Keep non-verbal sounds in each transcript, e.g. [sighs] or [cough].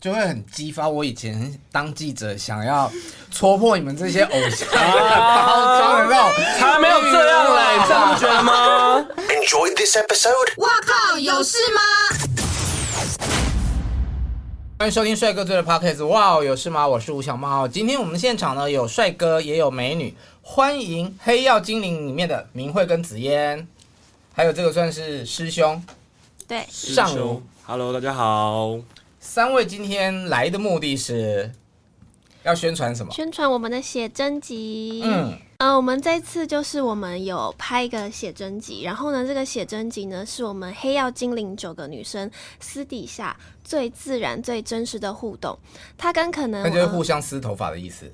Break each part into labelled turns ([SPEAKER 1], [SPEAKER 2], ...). [SPEAKER 1] 就会很激发我以前当记者想要戳破你们这些偶像啊包装的那种。
[SPEAKER 2] 他没有这样
[SPEAKER 1] 哎
[SPEAKER 2] 嘞，你真的不觉得吗？
[SPEAKER 3] Enjoyed this episode?
[SPEAKER 4] 哇靠，有事吗？
[SPEAKER 1] 欢迎收听《帅哥最的 Podcast》，哇，有事吗？我是吴小茂。今天我们现场呢有帅哥也有美女，欢迎《黑曜精灵》里面的明慧跟紫嫣，还有这个算是师兄
[SPEAKER 5] 对，
[SPEAKER 1] [laughs] 上
[SPEAKER 2] 师
[SPEAKER 1] 午
[SPEAKER 2] 兄，Hello，大家好。
[SPEAKER 1] 三位今天来的目的是要宣传什么？
[SPEAKER 5] 宣传我们的写真集。
[SPEAKER 1] 嗯，
[SPEAKER 5] 呃，我们这次就是我们有拍一个写真集，然后呢，这个写真集呢是我们黑曜精灵九个女生私底下最自然、最真实的互动。它跟可能
[SPEAKER 1] 那就是
[SPEAKER 5] 呃
[SPEAKER 1] 互相撕头发的意思，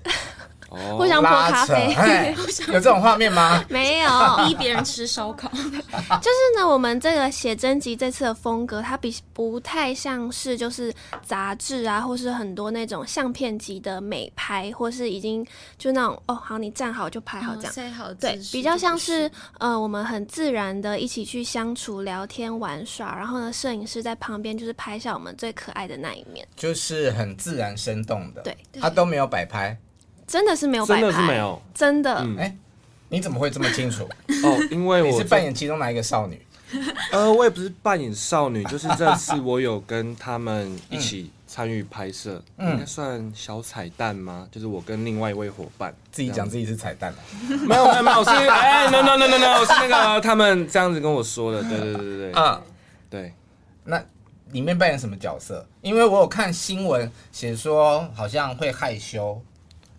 [SPEAKER 2] 哦
[SPEAKER 5] 互相泼
[SPEAKER 1] 拉
[SPEAKER 5] 咖
[SPEAKER 1] 扯。
[SPEAKER 5] 啡，
[SPEAKER 1] 哎，有这种画面吗？
[SPEAKER 5] [laughs] 没有，
[SPEAKER 6] 逼别人吃烧
[SPEAKER 5] [laughs]
[SPEAKER 6] 烤，
[SPEAKER 5] 就是呢，我们这个写真集这次的风格，它比不太像是就是杂志啊，或是很多那种相片集的美拍，或是已经就那种哦，好，你站好就拍好这样。
[SPEAKER 6] 哦塞好
[SPEAKER 5] 对，比较像是呃，我们很自然的一起去相处、聊天、玩耍，然后呢，摄影师在旁边就是拍下我们最可爱的那一面，
[SPEAKER 1] 就是很自然生动的，
[SPEAKER 5] 对，
[SPEAKER 1] 他都没有摆拍。
[SPEAKER 5] 真的是没有摆
[SPEAKER 2] 真
[SPEAKER 5] 拍，
[SPEAKER 2] 的是没
[SPEAKER 1] [laughs]
[SPEAKER 2] 有
[SPEAKER 5] 真的
[SPEAKER 2] 嗯
[SPEAKER 1] 你怎么会这么清楚？
[SPEAKER 2] [laughs] 哦，因为
[SPEAKER 1] 你
[SPEAKER 2] 我
[SPEAKER 1] 是扮演其中哪一个少女？
[SPEAKER 2] 呃，我也不是扮演少女， [laughs] 就是这次我有跟他们一起参与拍摄，
[SPEAKER 1] 嗯
[SPEAKER 2] 应该算小彩蛋吗？就是我跟另外一位伙伴
[SPEAKER 1] 自己讲自己是彩蛋啊、
[SPEAKER 2] 没有没有没
[SPEAKER 1] [laughs]
[SPEAKER 2] 有，是哎 no no no no no，是那个他们这样子跟我说的，对对对对对
[SPEAKER 1] 啊，
[SPEAKER 2] 对，
[SPEAKER 1] 那里面扮演什么角色？因为我有看新闻写说好像会害羞，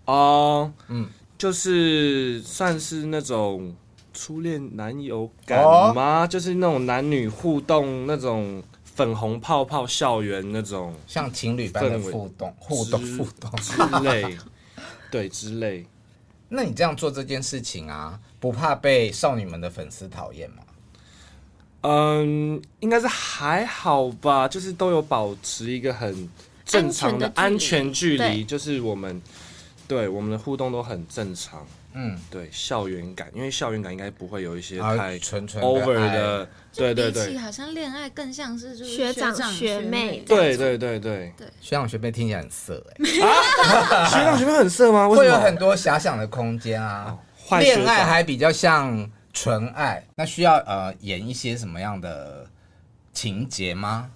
[SPEAKER 2] 哦，
[SPEAKER 1] 嗯
[SPEAKER 2] 嗯，就是算是那种初恋男友感
[SPEAKER 1] 哦
[SPEAKER 2] 吗？就是那种男女互动那种粉红泡泡校园那种
[SPEAKER 1] 像情侣般的
[SPEAKER 2] 氛围
[SPEAKER 1] 互动、互动、
[SPEAKER 2] 之
[SPEAKER 1] 互动。
[SPEAKER 2] 之
[SPEAKER 1] 哦
[SPEAKER 2] 类， [laughs] 对之类。
[SPEAKER 1] 那你这样做这件事情啊，不怕被少女们的粉丝讨厌吗？
[SPEAKER 2] 嗯，应该是还好吧，就是都有保持一个很正常的安
[SPEAKER 5] 安
[SPEAKER 2] 全
[SPEAKER 5] 全
[SPEAKER 2] 距
[SPEAKER 5] 距离
[SPEAKER 2] 离，就是我们对我们的互动都很正常。
[SPEAKER 1] 嗯，
[SPEAKER 2] 对校园感，因为校园感应该不会有一些
[SPEAKER 1] 啊
[SPEAKER 2] 太
[SPEAKER 1] 纯纯的
[SPEAKER 2] over
[SPEAKER 1] 爱
[SPEAKER 2] 的，对对
[SPEAKER 6] 比
[SPEAKER 2] 对
[SPEAKER 6] 起，好像恋爱更像是就是
[SPEAKER 5] 学长
[SPEAKER 6] 长
[SPEAKER 5] 学妹
[SPEAKER 6] 妹
[SPEAKER 5] 这样
[SPEAKER 2] 对对对对。
[SPEAKER 1] 学长学妹听起来很色哎、
[SPEAKER 2] 学长哎学妹很色吗？为
[SPEAKER 1] 会
[SPEAKER 2] 什
[SPEAKER 1] 有
[SPEAKER 2] 么哦
[SPEAKER 1] 很多遐想的空间啊。
[SPEAKER 2] 坏学
[SPEAKER 1] 恋
[SPEAKER 2] 长
[SPEAKER 1] 爱还比较像纯爱，那需要呃演一些什么样的情节吗？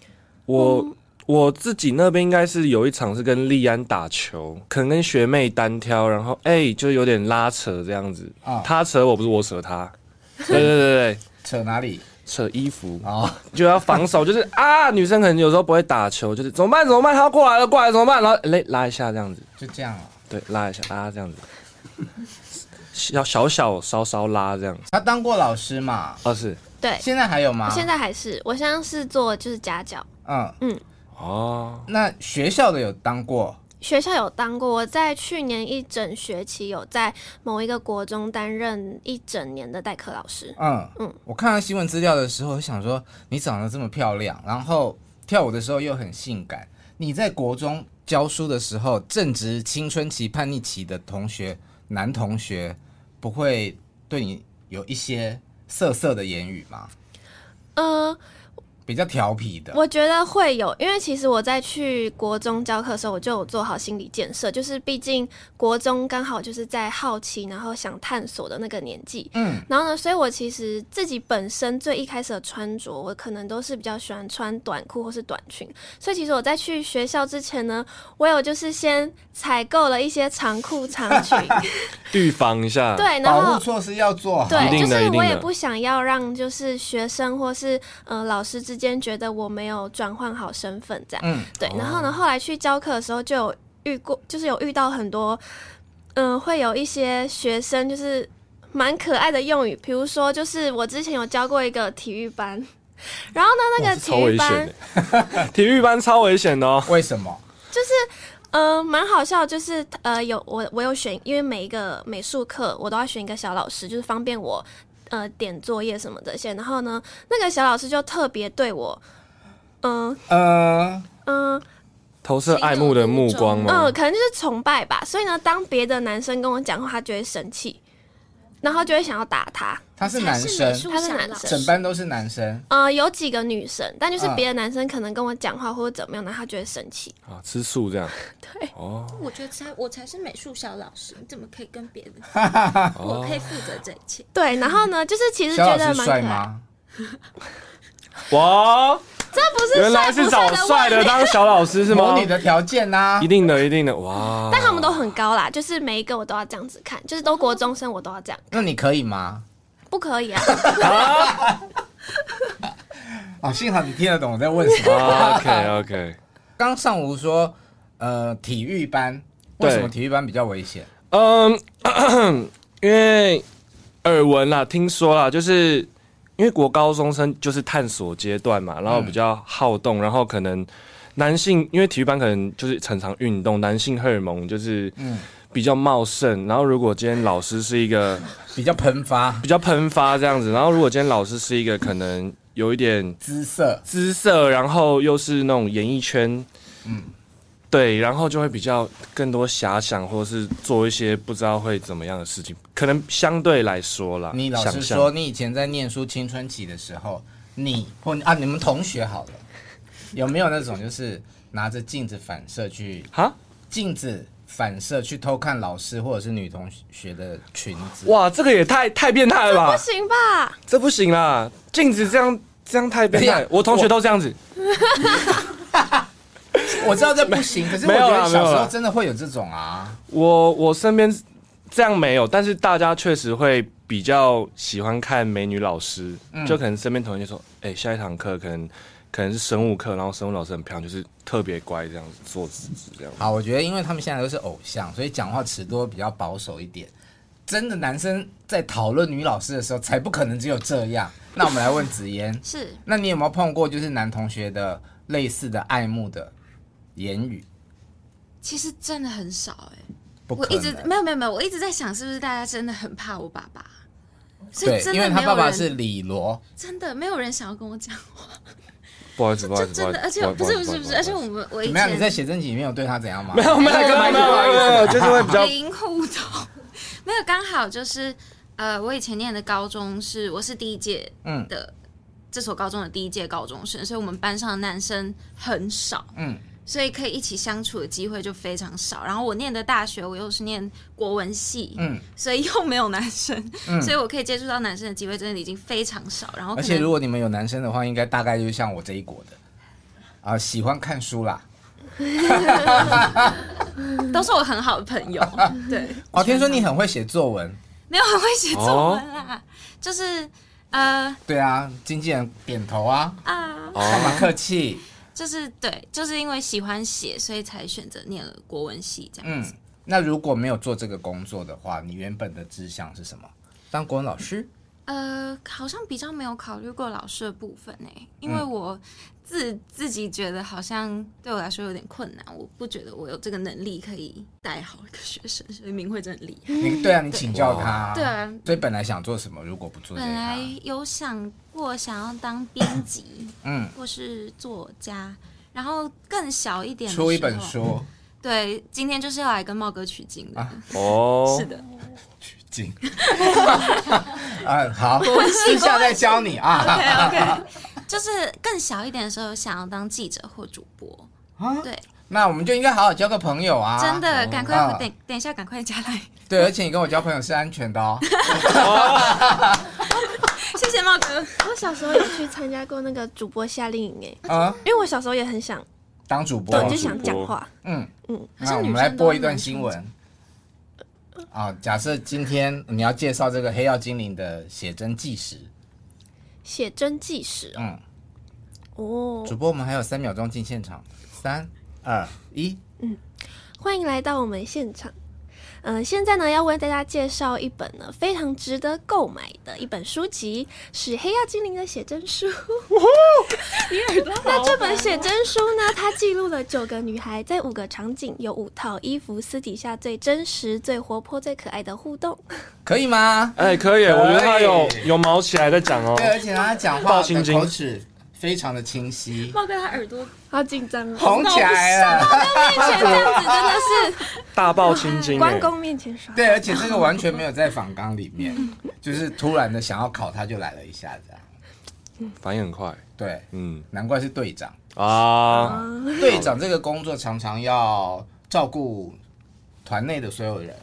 [SPEAKER 1] 嗯
[SPEAKER 2] 我我自己那边应该是有一场是跟丽安打球，可能跟学妹单挑，然后哎、就有点拉扯这样子，
[SPEAKER 1] 啊
[SPEAKER 2] 她扯我不是我扯她，对对对对，
[SPEAKER 1] 扯哪里
[SPEAKER 2] [laughs] 扯衣服
[SPEAKER 1] 哦， [laughs]
[SPEAKER 2] 就要防守，就是啊，女生可能有时候不会打球，就是怎么办怎么办，她要过来了过来了怎么办，然后来拉一下这样子，
[SPEAKER 1] 就这样啊。
[SPEAKER 2] 对，拉一下拉这样子，小小小稍稍拉这样，
[SPEAKER 1] 他当过老师嘛？
[SPEAKER 2] 二是
[SPEAKER 5] 对。
[SPEAKER 1] 现在还有吗？
[SPEAKER 5] 哎现在还是，我现在是做就是家教，
[SPEAKER 1] 嗯，
[SPEAKER 2] 哦，
[SPEAKER 1] 那学校的有当过
[SPEAKER 5] 学校有当过，我在去年一整学期有在某一个国中担任一整年的代课老师。
[SPEAKER 1] 嗯嗯
[SPEAKER 5] 嗯，
[SPEAKER 1] 我看到新闻资料的时候，我想说你长得这么漂亮，然后跳舞的时候又很性感，你在国中教书的时候，正值青春期叛逆期的同学，男同学不会对你有一些色色的言语吗？
[SPEAKER 5] 呃，
[SPEAKER 1] 比较调皮的，
[SPEAKER 5] 我觉得会有，因为其实我在去国中教课的时候，我就有做好心理建设，就是毕竟国中刚好就是在好奇，然后想探索的那个年纪。
[SPEAKER 1] 嗯，
[SPEAKER 5] 然后呢，所以我其实自己本身最一开始的穿着，我可能都是比较喜欢穿短裤或是短裙。所以其实我在去学校之前呢，我有就是先采购了一些长裤、长
[SPEAKER 1] [laughs]
[SPEAKER 5] 裙，
[SPEAKER 2] 预防一下，
[SPEAKER 5] 对，然
[SPEAKER 1] 保护
[SPEAKER 5] 后
[SPEAKER 1] 措施要做好。
[SPEAKER 2] 一
[SPEAKER 5] 对，
[SPEAKER 2] 定
[SPEAKER 5] 就
[SPEAKER 2] 的一
[SPEAKER 5] 是
[SPEAKER 2] 定
[SPEAKER 5] 我也
[SPEAKER 2] 的
[SPEAKER 5] 不想要让就是学生或是呃老师之间觉得我没有转换好身份这样。
[SPEAKER 1] 嗯，
[SPEAKER 5] 对，然后
[SPEAKER 2] 哦
[SPEAKER 5] 呢，后来去教课的时候就有遇过，就是有遇到很多，嗯、会有一些学生就是蛮可爱的用语，比如说就是我之前有教过一个体育班，然后呢，那
[SPEAKER 2] 哇
[SPEAKER 5] 个
[SPEAKER 2] 这
[SPEAKER 5] 体
[SPEAKER 2] 超
[SPEAKER 5] 育
[SPEAKER 2] 危
[SPEAKER 5] 班
[SPEAKER 2] 险的， [laughs] 体育班超危险的哦。
[SPEAKER 1] 为什么？
[SPEAKER 5] 嗯，蛮好笑，就是呃，有我我有选，因为每一个美术课我都要选一个小老师，就是方便我呃点作业什么这些。然后呢，那个小老师就特别对我，嗯、
[SPEAKER 1] 呃，
[SPEAKER 5] 嗯、
[SPEAKER 2] 投射爱慕的目光
[SPEAKER 5] 嗯、
[SPEAKER 1] 哦
[SPEAKER 2] 吗？
[SPEAKER 5] 可能就是崇拜吧。所以呢，当别的男生跟我讲话，他就会生气。然后就会想要打他。
[SPEAKER 1] 他是
[SPEAKER 6] 才
[SPEAKER 1] 男生
[SPEAKER 6] 美，术
[SPEAKER 5] 他是
[SPEAKER 6] 小
[SPEAKER 5] 男
[SPEAKER 6] 老
[SPEAKER 5] 生
[SPEAKER 6] 师
[SPEAKER 1] 整班都是男生，
[SPEAKER 5] 呃，有几个女生，但就是
[SPEAKER 1] 嗯
[SPEAKER 5] 别的男生可能跟我讲话或者怎么样，然后他就会生气。
[SPEAKER 2] 啊，吃素这样。
[SPEAKER 5] 对
[SPEAKER 2] 哦
[SPEAKER 6] 我觉得才我才是美术小老师，你怎么可以跟别人？我
[SPEAKER 2] 哦
[SPEAKER 6] 可，以负责这一切。
[SPEAKER 5] 对，然后呢，就是其实
[SPEAKER 1] 肖
[SPEAKER 5] 觉
[SPEAKER 1] 老
[SPEAKER 5] 得
[SPEAKER 1] 师
[SPEAKER 5] 蛮可
[SPEAKER 1] 帅
[SPEAKER 5] 爱的。
[SPEAKER 1] 吗？
[SPEAKER 2] 哇，
[SPEAKER 5] 这不是
[SPEAKER 2] 原来
[SPEAKER 5] 帅
[SPEAKER 2] 是
[SPEAKER 5] 不
[SPEAKER 2] 找
[SPEAKER 5] 帅的
[SPEAKER 2] 帅
[SPEAKER 5] 问
[SPEAKER 2] 的
[SPEAKER 5] 题
[SPEAKER 2] 当小老师是吗
[SPEAKER 1] 模？拟的条件啊呐
[SPEAKER 2] 一，定的，一定的，哇！
[SPEAKER 5] 但他们都很高啦，就是每一个我都要这样子看，就是都国中生我都要这样，
[SPEAKER 1] 那你可以吗？
[SPEAKER 5] 不可以啊。
[SPEAKER 1] 哦，幸好你听得懂我在问什么。
[SPEAKER 2] OK OK，
[SPEAKER 1] 刚上午说，呃，体育班为
[SPEAKER 2] 对
[SPEAKER 1] 什么体育班比较危险？
[SPEAKER 2] 嗯， [coughs] 因为耳闻啦，听说啦，就是因为国高中生就是探索阶段嘛，然后比较好动，然后可能男性因为体育班可能就是常常运动，男性荷尔蒙就是
[SPEAKER 1] 嗯
[SPEAKER 2] 比较茂盛，然后如果今天老师是一个
[SPEAKER 1] 比较喷发、
[SPEAKER 2] [laughs] 比较喷发这样子，然后如果今天老师是一个可能有一点
[SPEAKER 1] 姿色，
[SPEAKER 2] 姿色，然后又是那种演艺圈，嗯，对，然后就会比较更多遐想，或者是做一些不知道会怎么样的事情，可能相对来说啦，
[SPEAKER 1] 你老
[SPEAKER 2] 想
[SPEAKER 1] 实
[SPEAKER 2] 象
[SPEAKER 1] 说，你以前在念书青春期的时候，你或啊你们同学好了，有没有那种就是拿着镜子反射去
[SPEAKER 2] 哈，
[SPEAKER 1] 镜子反射去偷看老师或者是女同学的裙子？
[SPEAKER 2] 哇，这个也太太变态了
[SPEAKER 5] 不
[SPEAKER 2] 吧，
[SPEAKER 5] 行吧？
[SPEAKER 2] 这不行啦，镜子这样这样太变
[SPEAKER 1] 哎
[SPEAKER 2] 态
[SPEAKER 1] 呀，
[SPEAKER 2] 我同学都这样子，
[SPEAKER 1] 我知道这不行，可是我
[SPEAKER 2] [laughs] 没有
[SPEAKER 1] 觉
[SPEAKER 2] 啦
[SPEAKER 1] 得小
[SPEAKER 2] 没
[SPEAKER 1] 时
[SPEAKER 2] 有
[SPEAKER 1] 候
[SPEAKER 2] 啦
[SPEAKER 1] 真的会有这种啊。
[SPEAKER 2] 我我身边这样没有，但是大家确实会比较喜欢看美女老师，就可能身边同学就说，哎、下一堂课可能可能是生物课，然后生物老师很漂亮，就是特别乖这样子坐直直
[SPEAKER 6] [laughs]
[SPEAKER 2] 这样。
[SPEAKER 1] 好，啊我觉得因为他们现在都是偶像，所以讲话尺度比较保守一点。真的男生在讨论女老师的时候，才不可能只有这样。那我们来问子嫣，
[SPEAKER 6] 是
[SPEAKER 1] 那你有没有碰过就是男同学的类似的爱慕的言语？
[SPEAKER 6] 其实真的很少哎、
[SPEAKER 1] 不
[SPEAKER 6] 我
[SPEAKER 1] 可
[SPEAKER 6] 一直
[SPEAKER 1] 能，
[SPEAKER 6] 没有没有没有，我一直在想是不是大家真的很怕我爸爸，所以
[SPEAKER 1] 对，
[SPEAKER 6] 真
[SPEAKER 1] 因
[SPEAKER 6] 的
[SPEAKER 1] 为
[SPEAKER 6] 没
[SPEAKER 1] 他
[SPEAKER 6] 有
[SPEAKER 1] 爸爸
[SPEAKER 6] 人
[SPEAKER 1] 是李罗，
[SPEAKER 6] 真的没有人想要跟我讲，
[SPEAKER 2] 不好意思，不好
[SPEAKER 6] 就
[SPEAKER 2] 意思，
[SPEAKER 6] 真的，而且不是不是不是，而且我们我以
[SPEAKER 1] 怎么样？你
[SPEAKER 6] 前
[SPEAKER 1] 在写真集里面有对他怎样吗？
[SPEAKER 2] 没有没有没有没有没有，就是会比较
[SPEAKER 6] 零互动，没有刚好就是呃，我以前念的高中是我是第一届
[SPEAKER 1] 嗯
[SPEAKER 6] 的、这所高中的第一届高中生，所以我们班上的男生很少，
[SPEAKER 1] 嗯，
[SPEAKER 6] 所以可以一起相处的机会就非常少。然后我念的大学我又是念国文系，
[SPEAKER 1] 嗯，
[SPEAKER 6] 所以又没有男生，
[SPEAKER 1] 嗯
[SPEAKER 6] 所以我可以接触到男生的机会真的已经非常少。然后
[SPEAKER 1] [laughs]
[SPEAKER 6] 可
[SPEAKER 1] 而
[SPEAKER 6] 能
[SPEAKER 1] 且如果你们有男生的话，应该大概就是像我这一国的，啊、喜欢看书啦。
[SPEAKER 6] 都是我很好的朋
[SPEAKER 1] [laughs]
[SPEAKER 6] 友，对，
[SPEAKER 1] 哦，听说你很会写作文，
[SPEAKER 6] 没有很会写作文啦，就是呃
[SPEAKER 1] 对啊，经纪人点头啊，
[SPEAKER 6] 啊，
[SPEAKER 1] 干嘛
[SPEAKER 2] 哦，
[SPEAKER 1] 客气？
[SPEAKER 6] 就是对，就是因为喜欢写，所以才选择念了国文系这样
[SPEAKER 1] 嗯
[SPEAKER 6] 子。，
[SPEAKER 1] 那如果没有做这个工作的话，你原本的志向是什么？当国文老师？
[SPEAKER 6] 呃，好像比较没有考虑过老师的部分呢、欸因
[SPEAKER 1] 嗯
[SPEAKER 6] 为我自自己觉得好像对我来说有点困难，我不觉得我有这个能力可以带好一个学生，所以明慧真的很厉害。
[SPEAKER 1] 你对啊，你请教他。
[SPEAKER 6] 嗯对。啊，
[SPEAKER 1] 所以本来想做什么，如果不做这
[SPEAKER 6] 本来
[SPEAKER 1] 个，
[SPEAKER 6] 有想过想要当编辑
[SPEAKER 1] 嗯，
[SPEAKER 6] 或是作家，然后更小一点的
[SPEAKER 1] 出一
[SPEAKER 6] 时
[SPEAKER 1] 本
[SPEAKER 6] 候。
[SPEAKER 1] 书，
[SPEAKER 6] 对，今天就是要来跟茂哥取经
[SPEAKER 2] [laughs]
[SPEAKER 6] 的。
[SPEAKER 1] 啊
[SPEAKER 2] 哦，
[SPEAKER 6] 是的，
[SPEAKER 1] 进。 [laughs] 嗯，好，私下再教你
[SPEAKER 6] [laughs]
[SPEAKER 1] 啊。
[SPEAKER 6] 就是更小一点的时候想要当记者或主播，
[SPEAKER 1] [laughs] 那我们就应该好好交个朋友啊。
[SPEAKER 6] 真。的，赶快、
[SPEAKER 1] 啊
[SPEAKER 6] 等等一下，赶快加来。
[SPEAKER 1] 对，而且你跟我交朋友是安全的哦。
[SPEAKER 6] [laughs] 谢谢茂哥。
[SPEAKER 5] 我小时候有去参加过那个主播夏令营诶，
[SPEAKER 1] 啊，
[SPEAKER 5] 因为我小时候也很想，
[SPEAKER 1] 当主播
[SPEAKER 5] 对，
[SPEAKER 2] 当，
[SPEAKER 5] 就
[SPEAKER 2] 主
[SPEAKER 5] 想讲话。
[SPEAKER 1] 嗯
[SPEAKER 5] 嗯
[SPEAKER 1] 那我们来播一段新闻。啊，假设今天你要介绍这个黑曜精灵的写真纪实，
[SPEAKER 5] 写真纪实
[SPEAKER 1] 嗯，
[SPEAKER 5] 哦
[SPEAKER 1] 主播，我们还有三秒钟进现场，三、二、一。
[SPEAKER 5] 欢迎来到我们现场。呃，现在呢要为大家介绍一本呢非常值得购买的一本书籍，是黑曜精灵的写真书。哦 [laughs] 那这本写真书呢，它记录了九个女孩在五个场景有五套衣服，私底下最真实、最活泼、最可爱的互动。
[SPEAKER 1] 可以吗？
[SPEAKER 2] 哎，可以，我觉得他有
[SPEAKER 1] 可以
[SPEAKER 2] 有毛起来在讲哦
[SPEAKER 1] 对，，而且他讲话
[SPEAKER 2] 报青
[SPEAKER 1] 的
[SPEAKER 2] 筋
[SPEAKER 1] 口齿非常的清晰，
[SPEAKER 6] 茂哥他耳朵
[SPEAKER 5] 好紧张哦！
[SPEAKER 1] 红起来了。
[SPEAKER 5] 面前这样子真的是
[SPEAKER 2] 大爆青筋、
[SPEAKER 5] 关
[SPEAKER 2] 欸，
[SPEAKER 5] 公面前
[SPEAKER 1] [laughs]
[SPEAKER 5] 耍，
[SPEAKER 1] 对，而且这个完全没有在访纲里面，就是突然的想要考他就来了一下这样。
[SPEAKER 2] 反应很快，
[SPEAKER 1] 对，
[SPEAKER 2] 嗯
[SPEAKER 1] 难怪是队长。
[SPEAKER 2] 啊，
[SPEAKER 1] 队长这个工作常常要照顾团内的所有人，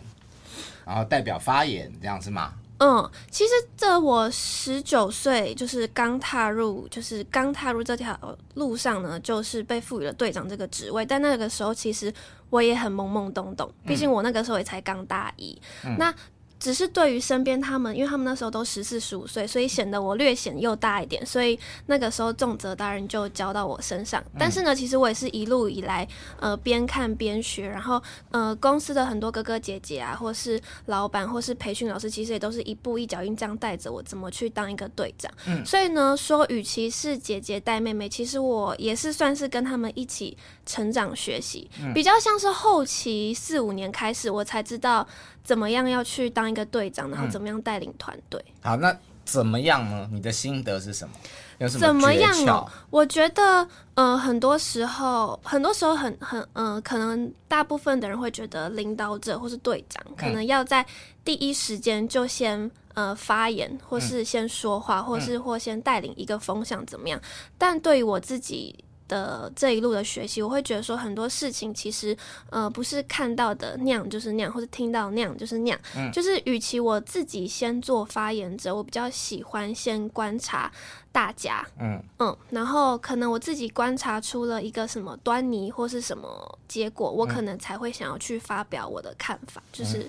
[SPEAKER 1] 然后代表发言，这样是吗？
[SPEAKER 5] 嗯，其实这我十九岁，就是刚踏入，就是刚踏入这条路上呢，就是被赋予了队长这个职位。但那个时候，其实我也很懵懵懂懂，毕竟我那个时候也才刚大一。那只是对于身边他们，因为他们那时候都十四十五岁，所以显得我略显又大一点，所以那个时候重责大人就交到我身上。但是呢，其实我也是一路以来，呃，边看边学，然后呃，公司的很多哥哥姐姐啊，或是老板，或是培训老师，其实也都是一步一脚印这样带着我怎么去当一个队长。
[SPEAKER 1] 嗯
[SPEAKER 5] 所以呢，说与其是姐姐带妹妹，其实我也是算是跟他们一起成长学习，比较像是后期四五年开始，我才知道怎么样要去当一个队长，然后怎么样带领团队。
[SPEAKER 1] 好，那怎么样呢？你的心得是什么？有什
[SPEAKER 5] 怎么
[SPEAKER 1] 诀
[SPEAKER 5] 样
[SPEAKER 1] 窍
[SPEAKER 5] 哦？我觉得，呃，很多时候，很多时候很很，呃，可能大部分的人会觉得领导者或是队长，可能要在第一时间就先呃发言，或是先说话，或是或先带领一个风向怎么样？但对于我自己。的这一路的学习，我会觉得说很多事情其实，呃，不是看到的那样就是那样，或者听到那样就是那样。就是与其我自己先做发言者，我比较喜欢先观察大家，
[SPEAKER 1] 嗯
[SPEAKER 5] 嗯，然后可能我自己观察出了一个什么端倪或是什么结果，
[SPEAKER 1] 嗯
[SPEAKER 5] 我可能才会想要去发表我的看法，就是、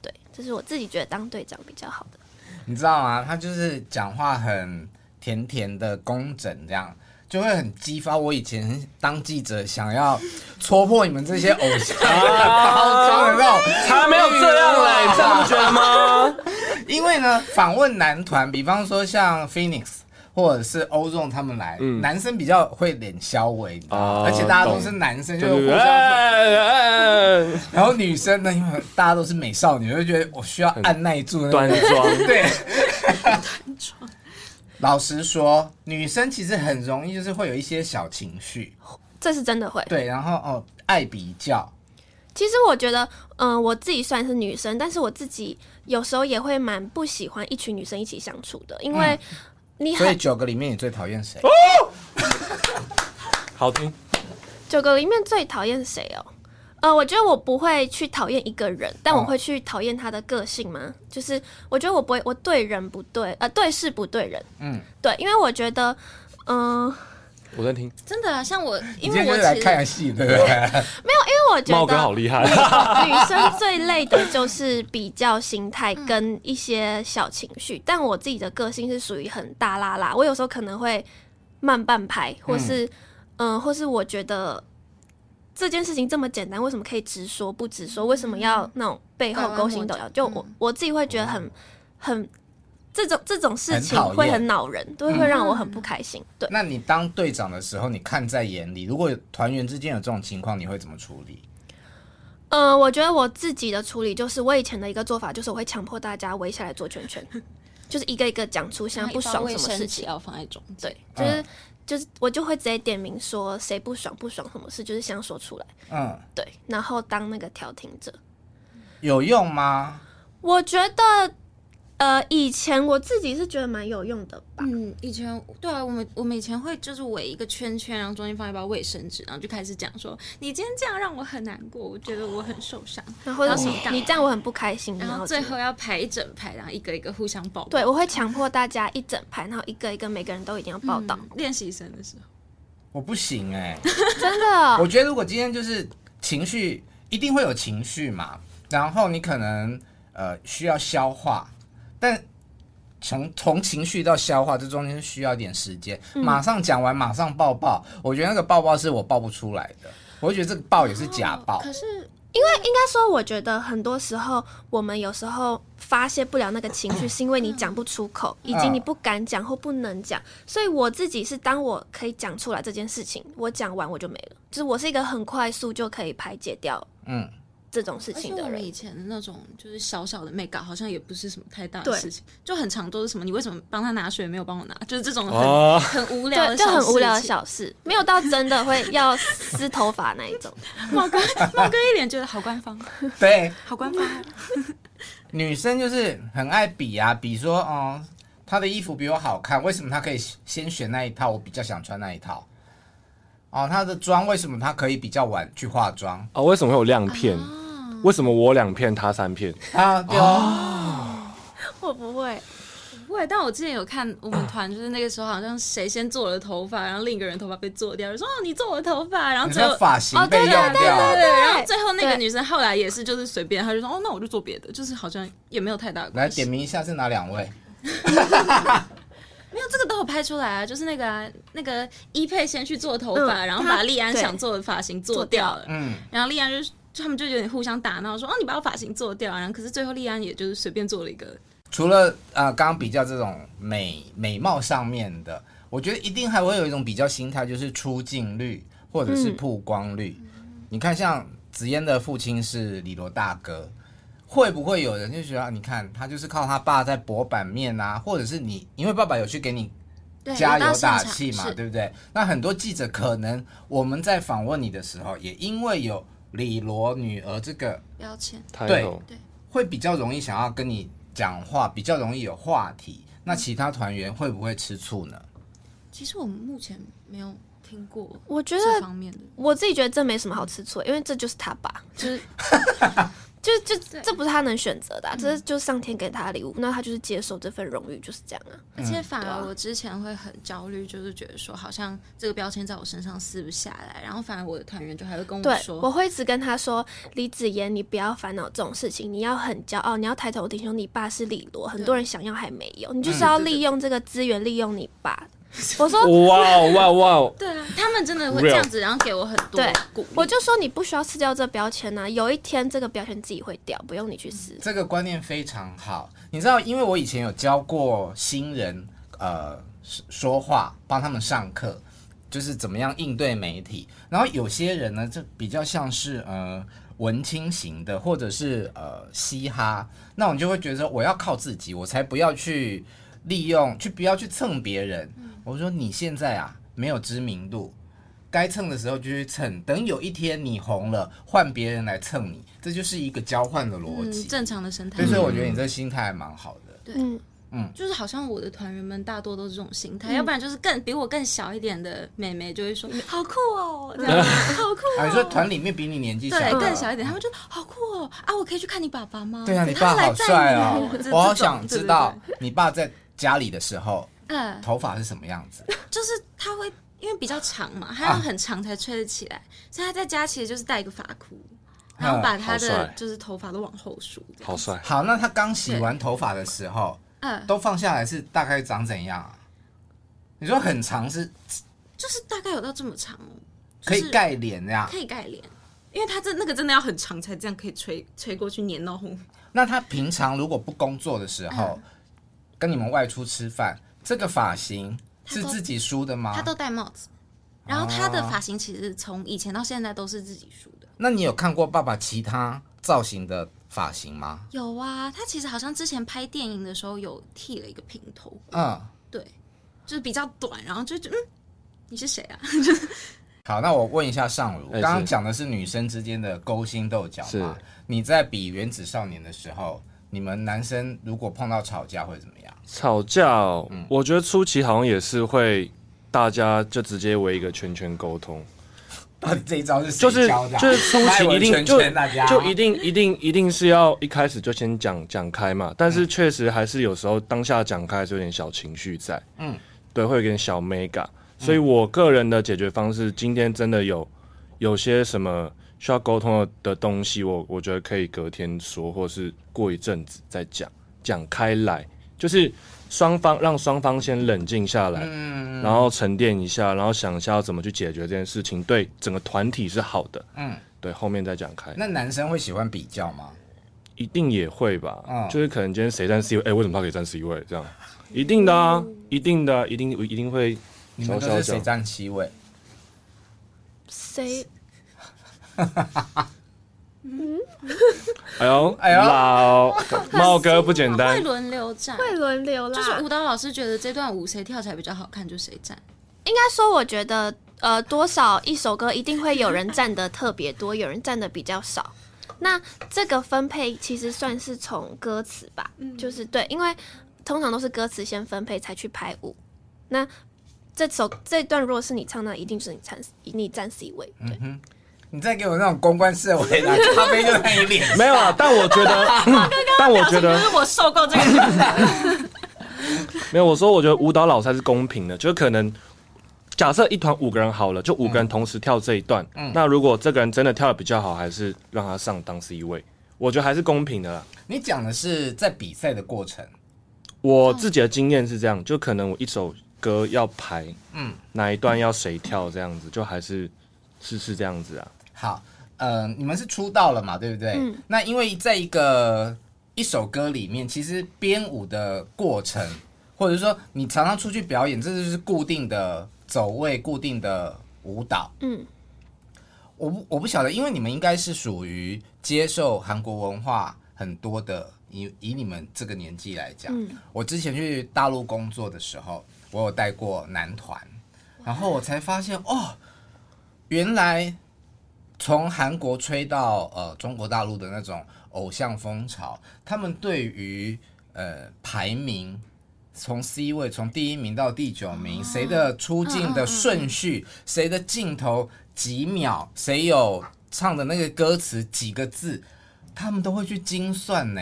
[SPEAKER 5] 对，这是我自己觉得当队长比较好的。
[SPEAKER 1] 你知道吗？他就是讲话很甜甜的、工整，这样就会很激发我以前当记者想要戳破你们这些偶像 [laughs] 包装的那种。啊
[SPEAKER 2] 才没有这样嘞，你真的不觉得吗？
[SPEAKER 1] 因为呢，访问男团，比方说像 Phoenix 或者是欧仲他们来，男生比较会脸消微，你知道吗
[SPEAKER 2] 哦
[SPEAKER 1] 而且大家都是男生，就
[SPEAKER 2] 对
[SPEAKER 1] 是啊互
[SPEAKER 2] 对对，
[SPEAKER 1] 相。
[SPEAKER 2] 哎哎哎
[SPEAKER 1] [laughs] 然后女生呢，因为大家都是美少女，就觉得我需要按耐住那
[SPEAKER 2] [laughs] 端
[SPEAKER 1] 个。
[SPEAKER 2] 庄，
[SPEAKER 1] 对， [laughs]
[SPEAKER 6] [laughs]
[SPEAKER 1] 老实说，女生其实很容易就是会有一些小情绪，
[SPEAKER 6] 哦
[SPEAKER 5] 这是真的会。
[SPEAKER 1] 对，然后哦爱比较，
[SPEAKER 5] 其实我觉得，嗯、我自己算是女生，但是我自己有时候也会蛮不喜欢一群女生一起相处的，因为你
[SPEAKER 1] 嗯所
[SPEAKER 5] 很
[SPEAKER 1] 以九个里面你最讨厌
[SPEAKER 6] 哦
[SPEAKER 1] 谁？
[SPEAKER 2] 好听，
[SPEAKER 5] 九个里面最讨厌谁哦？呃，我觉得我不会去讨厌一个人，但我
[SPEAKER 1] 哦
[SPEAKER 5] 会去讨厌他的个性吗？就是我觉得我不会，我对人不对，呃，对事不对人。
[SPEAKER 1] 嗯，
[SPEAKER 5] 对，因为我觉得，嗯、
[SPEAKER 2] 我在听，
[SPEAKER 6] 真的啊，像我，
[SPEAKER 1] 你今
[SPEAKER 6] 因
[SPEAKER 1] 天
[SPEAKER 6] 为
[SPEAKER 1] 就
[SPEAKER 6] 我
[SPEAKER 1] 是来
[SPEAKER 6] 其实
[SPEAKER 1] 看戏，对不对？
[SPEAKER 5] 因为我觉
[SPEAKER 2] 茂哥好
[SPEAKER 5] 得
[SPEAKER 2] 厉害，
[SPEAKER 5] [laughs] 女生最累的就是比较心态跟一些小情绪，但我自己的个性是属于很大拉拉，我有时候可能会慢半拍，或是嗯、呃或是我觉得这件事情这么简单，为什么可以直说不直说？为什么要那种背后勾心斗角？就
[SPEAKER 1] 嗯
[SPEAKER 5] 我我自己会觉得很很这种这种事情
[SPEAKER 1] 很讨厌嗯
[SPEAKER 5] 会很恼人，都会让我很不开心。对，
[SPEAKER 1] 那你当队长的时候，你看在眼里，如果团员之间有这种情况，你会怎么处理？
[SPEAKER 5] 呃，我觉得我自己的处理就是我以前的一个做法，就是我会强迫大家围下来做圈圈，
[SPEAKER 6] [laughs]
[SPEAKER 5] 就是一个一个讲出现在不爽什么事情。
[SPEAKER 6] 要放在中间。
[SPEAKER 5] 对，就是、就是我就会直接点名说谁不爽不爽什么事，就是先说出来。
[SPEAKER 1] 嗯，
[SPEAKER 5] 对，然后当那个调停者。
[SPEAKER 1] 有用吗？
[SPEAKER 5] 我觉得，呃，以前我自己是觉得蛮有用的吧。
[SPEAKER 6] 嗯，以前对啊，我们我们以前会就是围一个圈圈，然后中间放一包卫生纸，然后就开始讲说，你今天这样让我很难过，我觉得我很受伤，
[SPEAKER 1] 嗯
[SPEAKER 5] 然后
[SPEAKER 6] 然后手
[SPEAKER 5] 你
[SPEAKER 6] 打
[SPEAKER 5] 你这样我很不开心，
[SPEAKER 6] 然
[SPEAKER 5] 然
[SPEAKER 6] 后
[SPEAKER 5] 后
[SPEAKER 6] 最
[SPEAKER 5] 怎么
[SPEAKER 6] 后要排一整排，然后一个一个互相抱抱。
[SPEAKER 5] 对我会强迫大家一整排，然后一个一个每个人都一定要报
[SPEAKER 6] 嗯，
[SPEAKER 5] 道，
[SPEAKER 6] 练习生的时候，
[SPEAKER 1] 我不行哎、
[SPEAKER 5] [laughs] 真的。
[SPEAKER 1] 我觉得如果今天就是情绪，一定会有情绪嘛，然后你可能呃需要消化，但从从情绪到消化这中间需要一点时间，马上讲完马上抱抱，我觉得那个抱抱是我抱不出来的，我会觉得这个抱也是假抱，
[SPEAKER 6] 哦可是
[SPEAKER 5] 他说：“我觉得很多时候，我们有时候发泄不了那个情绪，是因为你讲不出口，以及你不敢讲或不能讲。所以我自己是，当我可以讲出来这件事情，我讲完我就没了，就是我是一个很快速就可以排解掉
[SPEAKER 1] 嗯。
[SPEAKER 5] 这种事
[SPEAKER 6] 而且
[SPEAKER 5] 情
[SPEAKER 6] 我
[SPEAKER 5] 的
[SPEAKER 6] 们
[SPEAKER 5] 人。
[SPEAKER 6] 以前那种就是小小的 make up，好像也不是什么太大的
[SPEAKER 5] 对
[SPEAKER 6] 事情，就很常都是什么你为什么帮他拿水没有帮我拿，就是这种很、
[SPEAKER 2] 哦
[SPEAKER 6] 很无聊
[SPEAKER 5] 对，
[SPEAKER 6] 的
[SPEAKER 5] 就
[SPEAKER 6] 小
[SPEAKER 5] 很无聊的
[SPEAKER 6] 事情。
[SPEAKER 5] 小事，没有到真的会要撕头发那
[SPEAKER 6] [laughs]
[SPEAKER 5] 一种。
[SPEAKER 6] 茂
[SPEAKER 5] [laughs]
[SPEAKER 6] 哥，茂哥一脸觉得好官方，
[SPEAKER 1] 对，
[SPEAKER 6] 好官
[SPEAKER 5] [laughs]
[SPEAKER 6] 方哦。
[SPEAKER 1] 女生就是很爱比啊，比说哦，她的衣服比我好看，为什么她可以先选那一套？我比较想穿那一套。哦，她的妆为什么她可以比较晚去化妆
[SPEAKER 2] [laughs] 哦，为什么会有亮片？
[SPEAKER 5] 啊
[SPEAKER 2] 为什么我两片他三片？
[SPEAKER 1] 啊？对哦，
[SPEAKER 5] 我不会，
[SPEAKER 6] 不会，但我之前有看我们团，就是那个时候好像谁先做了头发，然后另一个人头发被做掉，就说哦你做我的头发，然后
[SPEAKER 1] 你
[SPEAKER 6] 最后
[SPEAKER 1] 说发型
[SPEAKER 5] 哦
[SPEAKER 1] 被
[SPEAKER 5] 对
[SPEAKER 1] 用
[SPEAKER 5] 对
[SPEAKER 1] 掉了，
[SPEAKER 5] 对对对
[SPEAKER 6] 然后最后那个
[SPEAKER 5] 对
[SPEAKER 6] 女生后来也是就是随便，她就说哦那我就做别的，就是好像也没有太大的
[SPEAKER 1] 来
[SPEAKER 6] 关系。
[SPEAKER 1] 点名一下是哪两位？
[SPEAKER 6] 没有这个都有拍出来啊，就是那个、啊、那个伊佩先去做头发，
[SPEAKER 5] 嗯
[SPEAKER 6] 然后
[SPEAKER 5] 他
[SPEAKER 6] 把丽安
[SPEAKER 5] 对
[SPEAKER 6] 想做的发型做掉了，
[SPEAKER 1] 嗯，
[SPEAKER 6] 然后丽安就是他们就有点互相打闹，说哦你把我发型做掉，啊然后可是最后丽安也就是随便做了一个，
[SPEAKER 1] 除了呃刚刚比较这种美美貌上面的，我觉得一定还会有一种比较心态，就是出镜率或者是曝光率。你看，像紫嫣的父亲是李罗大哥，会不会有人就觉得，啊你看他就是靠他爸在博版面啊，或者是你，因为爸爸有去给你
[SPEAKER 6] 对
[SPEAKER 1] 加
[SPEAKER 6] 有
[SPEAKER 1] 油
[SPEAKER 6] 到
[SPEAKER 1] 打
[SPEAKER 6] 现场
[SPEAKER 1] 气嘛，
[SPEAKER 6] 是
[SPEAKER 1] 对不对？那很多记者可能我们在访问你的时候，也因为有李罗女儿这个
[SPEAKER 6] 标签，
[SPEAKER 2] 抬头
[SPEAKER 1] 会比较容易想要跟你讲话，比较容易有话题。那其他团员会不会吃醋呢？
[SPEAKER 6] 其实我们目前没有听过
[SPEAKER 5] 我觉
[SPEAKER 6] 这
[SPEAKER 5] 得
[SPEAKER 6] 方面的。
[SPEAKER 5] 我自己觉得这没什么好吃醋的，因为这就是他爸，就是
[SPEAKER 1] 嗯
[SPEAKER 5] 就就这不是他能选择的啊、这是就是上天给他的礼物，那他就是接受这份荣誉，就是这样啊。
[SPEAKER 6] 而且反而我之前会很焦虑，就是觉得说好像这个标签在我身上撕不下来，然后反而我的团员就还会跟我
[SPEAKER 5] 对，
[SPEAKER 6] 说，
[SPEAKER 5] 我会一直跟他说，李子妍，你不要烦恼这种事情，你要很骄傲，你要抬头挺胸，你爸是李罗，很多人想要还没有，你就是要利用这个资源，利用你 [laughs] 爸。我说，
[SPEAKER 2] 哇哦哇哦哇哦！
[SPEAKER 6] 对啊，他们真的会这样子，然后给我很多
[SPEAKER 5] 对
[SPEAKER 6] 鼓励。
[SPEAKER 5] 我就说你不需要撕掉这标签啊，有一天这个标签自己会掉，不用你去撕。
[SPEAKER 1] 这个观念非常好。你知道，因为我以前有教过新人，呃，说说话，帮他们上课，就是怎么样应对媒体。然后有些人呢，就比较像是呃文青型的，或者是呃嘻哈，那我就会觉得说我要靠自己，我才不要去利用，去不要去蹭别人。我说你现在啊没有知名度，该蹭的时候就去蹭，等有一天你红了，换别人来蹭你，这就是一个交换的逻
[SPEAKER 6] 嗯
[SPEAKER 1] 辑。
[SPEAKER 6] 正常的生态
[SPEAKER 1] 对，，所以我觉得你这心态还蛮好的。
[SPEAKER 5] 嗯，
[SPEAKER 6] 就是好像我的团员们大多都是这种心态，要不然就是更比我更小一点的妹妹就会说好酷哦，这样好酷
[SPEAKER 1] 啊，
[SPEAKER 6] 哦，
[SPEAKER 1] 你说团里面比你年纪小，嗯
[SPEAKER 6] 对更小一点，他们就好酷哦啊，我可以去看你爸爸吗？
[SPEAKER 1] 对啊，你爸
[SPEAKER 6] 他来
[SPEAKER 1] 好帅
[SPEAKER 6] [laughs]
[SPEAKER 1] 哦 [laughs]
[SPEAKER 6] 载你！
[SPEAKER 1] 我好想知，道
[SPEAKER 6] 这这种
[SPEAKER 1] 你爸在家里的时候
[SPEAKER 6] 对对对嗯，
[SPEAKER 1] 头发是什么样子。
[SPEAKER 6] 就是他会因为比较长嘛，他要
[SPEAKER 1] 啊
[SPEAKER 6] 很长才吹得起来，所以他在家其实就是戴一个发箍，然后把他
[SPEAKER 2] 好
[SPEAKER 6] 的
[SPEAKER 2] 帅
[SPEAKER 6] 就是头发都往后梳，这样
[SPEAKER 2] 好帅！
[SPEAKER 1] 啊好，那他刚洗完头发的时候，
[SPEAKER 6] 嗯，
[SPEAKER 1] 都放下来是大概长怎样啊？你说很长是
[SPEAKER 6] 就是大概有到这么长哦，
[SPEAKER 1] 可
[SPEAKER 6] 就
[SPEAKER 1] 以
[SPEAKER 6] 是
[SPEAKER 1] 盖脸这样
[SPEAKER 6] 可，以盖脸，因为它这那个真的要很长才这样可以吹吹过去粘到后面。
[SPEAKER 1] 那他平常如果不工作的时
[SPEAKER 6] 嗯
[SPEAKER 1] 候，跟你们外出吃饭，这个发型是
[SPEAKER 6] 都
[SPEAKER 1] 自己梳的吗
[SPEAKER 6] 他？都戴帽子，然后他的发型其实从以前到现在都是自己梳的。
[SPEAKER 1] 那你有看过爸爸其他造型的发型吗？
[SPEAKER 6] 有啊，他其实好像之前拍电影的时候有剃了一个平头，
[SPEAKER 1] 嗯，
[SPEAKER 6] 对，就是比较短，然后就觉得嗯，你是谁啊？
[SPEAKER 1] 好，那我问一下尚儒，
[SPEAKER 2] 哎是
[SPEAKER 1] 刚刚讲的是女生之间的勾心斗角
[SPEAKER 2] 是
[SPEAKER 1] 嘛？你在比原子少年的时候，你们男生如果碰到吵架会怎么样？
[SPEAKER 2] 吵架、哦，我觉得初期好像也是会，大家就直接围一个圈圈沟通，
[SPEAKER 1] 到底这一招是谁
[SPEAKER 2] 就是
[SPEAKER 1] 教的啊、
[SPEAKER 2] 就是初期
[SPEAKER 1] 赖
[SPEAKER 2] 一定就
[SPEAKER 1] 文圈圈大家啊
[SPEAKER 2] 就一定一定一定是要一开始就先讲讲开嘛，但
[SPEAKER 1] 嗯
[SPEAKER 2] 是确实还是有时候当下讲开还是有点小情绪在，
[SPEAKER 1] 嗯
[SPEAKER 2] 嗯，对，会有点小 mega，所以我个人的解决方式，今天真的有有些什么需要沟通的的东西，我我觉得可以隔天说，或是过一阵子再讲讲开来，就是双方让双方先冷静下来，
[SPEAKER 1] 嗯
[SPEAKER 2] 然后沉淀一下，然后想一下要怎么去解决这件事情，对整个团体是好的。
[SPEAKER 1] 嗯，
[SPEAKER 2] 对，后面再讲开，
[SPEAKER 1] 那男生会喜欢比较吗？
[SPEAKER 2] 一定也会吧。
[SPEAKER 1] 嗯
[SPEAKER 2] 就是可能今天谁站 C 位，哎、为什么他可以站 C 位？这样，一定的啊，
[SPEAKER 1] 嗯
[SPEAKER 2] 一定的啊、一定一定会
[SPEAKER 1] 你
[SPEAKER 2] 小
[SPEAKER 1] 们都
[SPEAKER 2] 小
[SPEAKER 1] 是谁
[SPEAKER 2] 讲。
[SPEAKER 1] 占七位？
[SPEAKER 5] 谁？
[SPEAKER 2] 哎呦，
[SPEAKER 1] 哎呦 [laughs]
[SPEAKER 2] 老茂哥不简
[SPEAKER 6] 会
[SPEAKER 2] 单，
[SPEAKER 6] 轮流站，
[SPEAKER 5] 会轮流啦。
[SPEAKER 6] 就是舞蹈老师觉得这段舞谁跳起来比较好看就谁站。
[SPEAKER 5] 应该说，我觉得呃，多少一首歌一定会有人占的特别多，有人占的比较少。那这个分配其实算是从歌词吧，就是对，因为通常都是歌词先分配才去排舞。那这首这段如果是你唱，那一定是你占你占 C 位。对，
[SPEAKER 1] 你再给我那种公关社会拿咖啡就在你脸上，
[SPEAKER 2] [laughs] 没有啊，但我觉得，但我觉得
[SPEAKER 6] 我受够这个，
[SPEAKER 2] 没有，我说我觉得舞蹈老师还是公平的，就是可能假设一团五个人好了，就五个人同时跳这一段，那如果这个人真的跳的比较好，还是让他上当 C 位，我觉得还是公平的啦。
[SPEAKER 1] 你讲的是在比赛的过程，
[SPEAKER 2] 我自己的经验是这样，就可能我一首歌要排，
[SPEAKER 1] 嗯
[SPEAKER 2] 嗯，哪一段要谁跳这样子，就还是是是这样子啊。
[SPEAKER 1] 好，呃，你们是出道了嘛，对不对？
[SPEAKER 5] 嗯
[SPEAKER 1] 那因为在一个一首歌里面，其实编舞的过程，或者说你常常出去表演，这就是固定的走位、固定的舞蹈。
[SPEAKER 5] 嗯，
[SPEAKER 1] 我不我不晓得，因为你们应该是属于接受韩国文化很多的，以以你们这个年纪来讲，
[SPEAKER 5] 嗯
[SPEAKER 1] 我之前去大陆工作的时候，我有带过男团，然后我才发现哦，原来从韩国吹到呃中国大陆的那种偶像风潮，他们对于呃排名。从 C 位，从第一名到第九
[SPEAKER 6] 哦
[SPEAKER 1] 名，谁的出镜的
[SPEAKER 6] 嗯
[SPEAKER 1] 顺序，谁的镜头几秒，谁有唱的那个歌词几个字，他们都会去精算呢。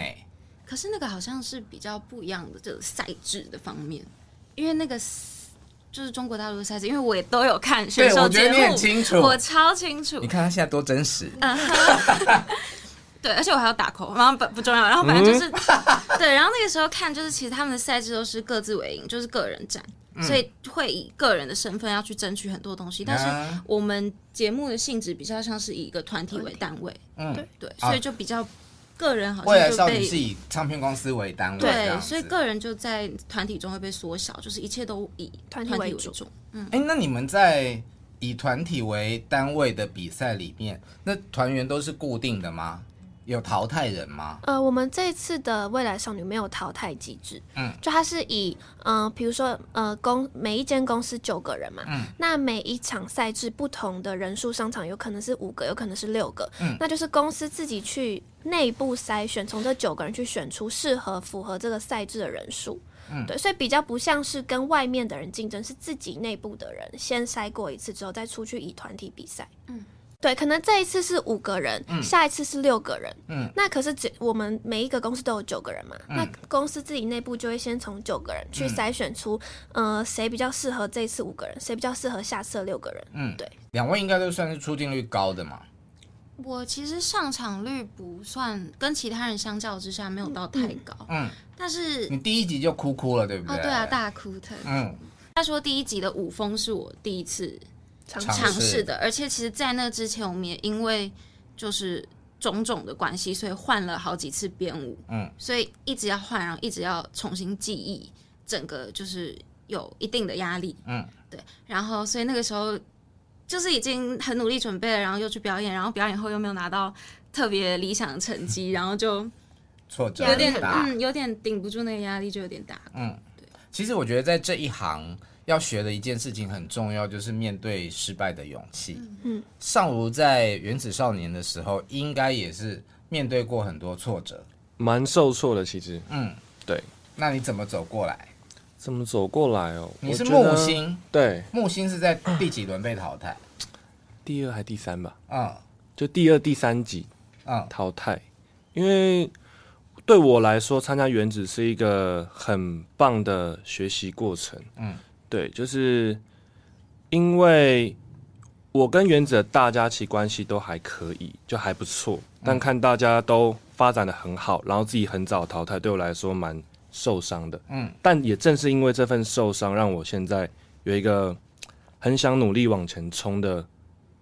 [SPEAKER 6] 可是那个好像是比较不一样的，就是赛制的方面，因为那个 s- 就是中国大陆的赛制，因为我也都有看选
[SPEAKER 1] 对，
[SPEAKER 6] 手
[SPEAKER 1] 我觉
[SPEAKER 6] 节
[SPEAKER 1] 得你很
[SPEAKER 6] 目，
[SPEAKER 1] 清楚。
[SPEAKER 6] 我超清楚
[SPEAKER 1] 你。看他现在多真实，
[SPEAKER 6] 嗯对，而且我还要打 call，然后不不重要，然后反正就是、
[SPEAKER 1] 嗯
[SPEAKER 6] [laughs] 对，然后那个时候看就是其实他们的赛制都是各自为营，就是个人战，
[SPEAKER 1] 嗯
[SPEAKER 6] 所以会以个人的身份要去争取很多东西，但是
[SPEAKER 1] 啊
[SPEAKER 6] 我们节目的性质比较像是以一个团体为单位，
[SPEAKER 1] 嗯，
[SPEAKER 6] 对，
[SPEAKER 1] 啊
[SPEAKER 6] 所以就比较个人好
[SPEAKER 1] 未来
[SPEAKER 6] 像就
[SPEAKER 1] 少女是
[SPEAKER 6] 被。
[SPEAKER 1] 以唱片公司为单位，这
[SPEAKER 6] 对，
[SPEAKER 1] 样
[SPEAKER 6] 所以
[SPEAKER 1] 子
[SPEAKER 6] 个人就在团体中会被缩小，就是一切都以
[SPEAKER 5] 团
[SPEAKER 6] 团
[SPEAKER 5] 体
[SPEAKER 6] 体
[SPEAKER 5] 为
[SPEAKER 6] 为
[SPEAKER 5] 主
[SPEAKER 6] 主。
[SPEAKER 1] 哎、那你们在以团体为单位的比赛里面，那团员都是固定的吗？有淘汰人吗？
[SPEAKER 5] 呃，我们这一次的未来少女没有淘汰机制，
[SPEAKER 1] 嗯
[SPEAKER 5] 就它是以嗯，呃比、如说呃公每一间公司九个人嘛，
[SPEAKER 1] 嗯
[SPEAKER 5] 那每一场赛制不同的人数上场，有可能是五个，有可能是六个，
[SPEAKER 1] 嗯
[SPEAKER 5] 那就是公司自己去内部筛选，从这九个人去选出适合符合这个赛制的人数。
[SPEAKER 1] 嗯
[SPEAKER 5] 对，所以比较不像是跟外面的人竞争，是自己内部的人先筛过一次之后，再出去以团体比赛。
[SPEAKER 6] 嗯，
[SPEAKER 5] 对，可能这一次是五个人，下一次是六个人。
[SPEAKER 1] 嗯，
[SPEAKER 5] 那可是只我们每一个公司都有九个人嘛，那公司自己内部就会先从九个人
[SPEAKER 1] 嗯
[SPEAKER 5] 去筛选出，呃，谁比较适合这一次五个人，谁比较适合下次的六个人。
[SPEAKER 1] 嗯，
[SPEAKER 5] 对，
[SPEAKER 1] 两位应该都算是出镜率高的嘛。
[SPEAKER 6] 我其实上场率不算跟其他人相较之下没有到太高，
[SPEAKER 1] 嗯，
[SPEAKER 6] 但是
[SPEAKER 1] 你第一集就哭哭了，对不
[SPEAKER 6] 哦
[SPEAKER 1] 对？
[SPEAKER 6] 对啊，大哭特哭。
[SPEAKER 1] 嗯，
[SPEAKER 6] 他说第一集的舞风是我第一次
[SPEAKER 5] 尝
[SPEAKER 1] 尝
[SPEAKER 6] 尝试的，而且其实，在那之前，我们也因为就是种种的关系，所以换了好几次编舞，
[SPEAKER 1] 嗯，
[SPEAKER 6] 所以一直要换，然后一直要重新记忆，整个就是有一定的压力，
[SPEAKER 1] 嗯，
[SPEAKER 6] 对，然后所以那个时候就是已经很努力准备了，然后又去表演，然后表演后又没有拿到特别理想的成绩，然后就
[SPEAKER 1] 挫折
[SPEAKER 6] 有点
[SPEAKER 1] 很大。
[SPEAKER 6] 嗯，有点顶不住那个压力，就有点大。
[SPEAKER 1] 其实我觉得在这一行要学的一件事情很重要，就是面对失败的勇气。
[SPEAKER 5] 嗯，
[SPEAKER 1] 尚如在原子少年的时候，应该也是面对过很多挫折。
[SPEAKER 2] 蛮受挫的，其实
[SPEAKER 1] 嗯，
[SPEAKER 2] 对。
[SPEAKER 1] 那你怎么走过来？
[SPEAKER 2] 怎么走过来哦？
[SPEAKER 1] 你是
[SPEAKER 2] 我觉得
[SPEAKER 1] 木，星，
[SPEAKER 2] 对，
[SPEAKER 1] 木星是在第几轮被淘汰？
[SPEAKER 2] 第二还第三吧，
[SPEAKER 1] 嗯
[SPEAKER 2] 就第二、第三集
[SPEAKER 1] 嗯
[SPEAKER 2] 淘汰。因为对我来说，参加原子是一个很棒的学习过程。
[SPEAKER 1] 嗯，
[SPEAKER 2] 对，就是因为我跟原子的大家其实关系都还可以，就还不错。
[SPEAKER 1] 嗯
[SPEAKER 2] 但看大家都发展的很好，然后自己很早淘汰，对我来说蛮受伤的。
[SPEAKER 1] 嗯，
[SPEAKER 2] 但也正是因为这份受伤，让我现在有一个很想努力往前冲的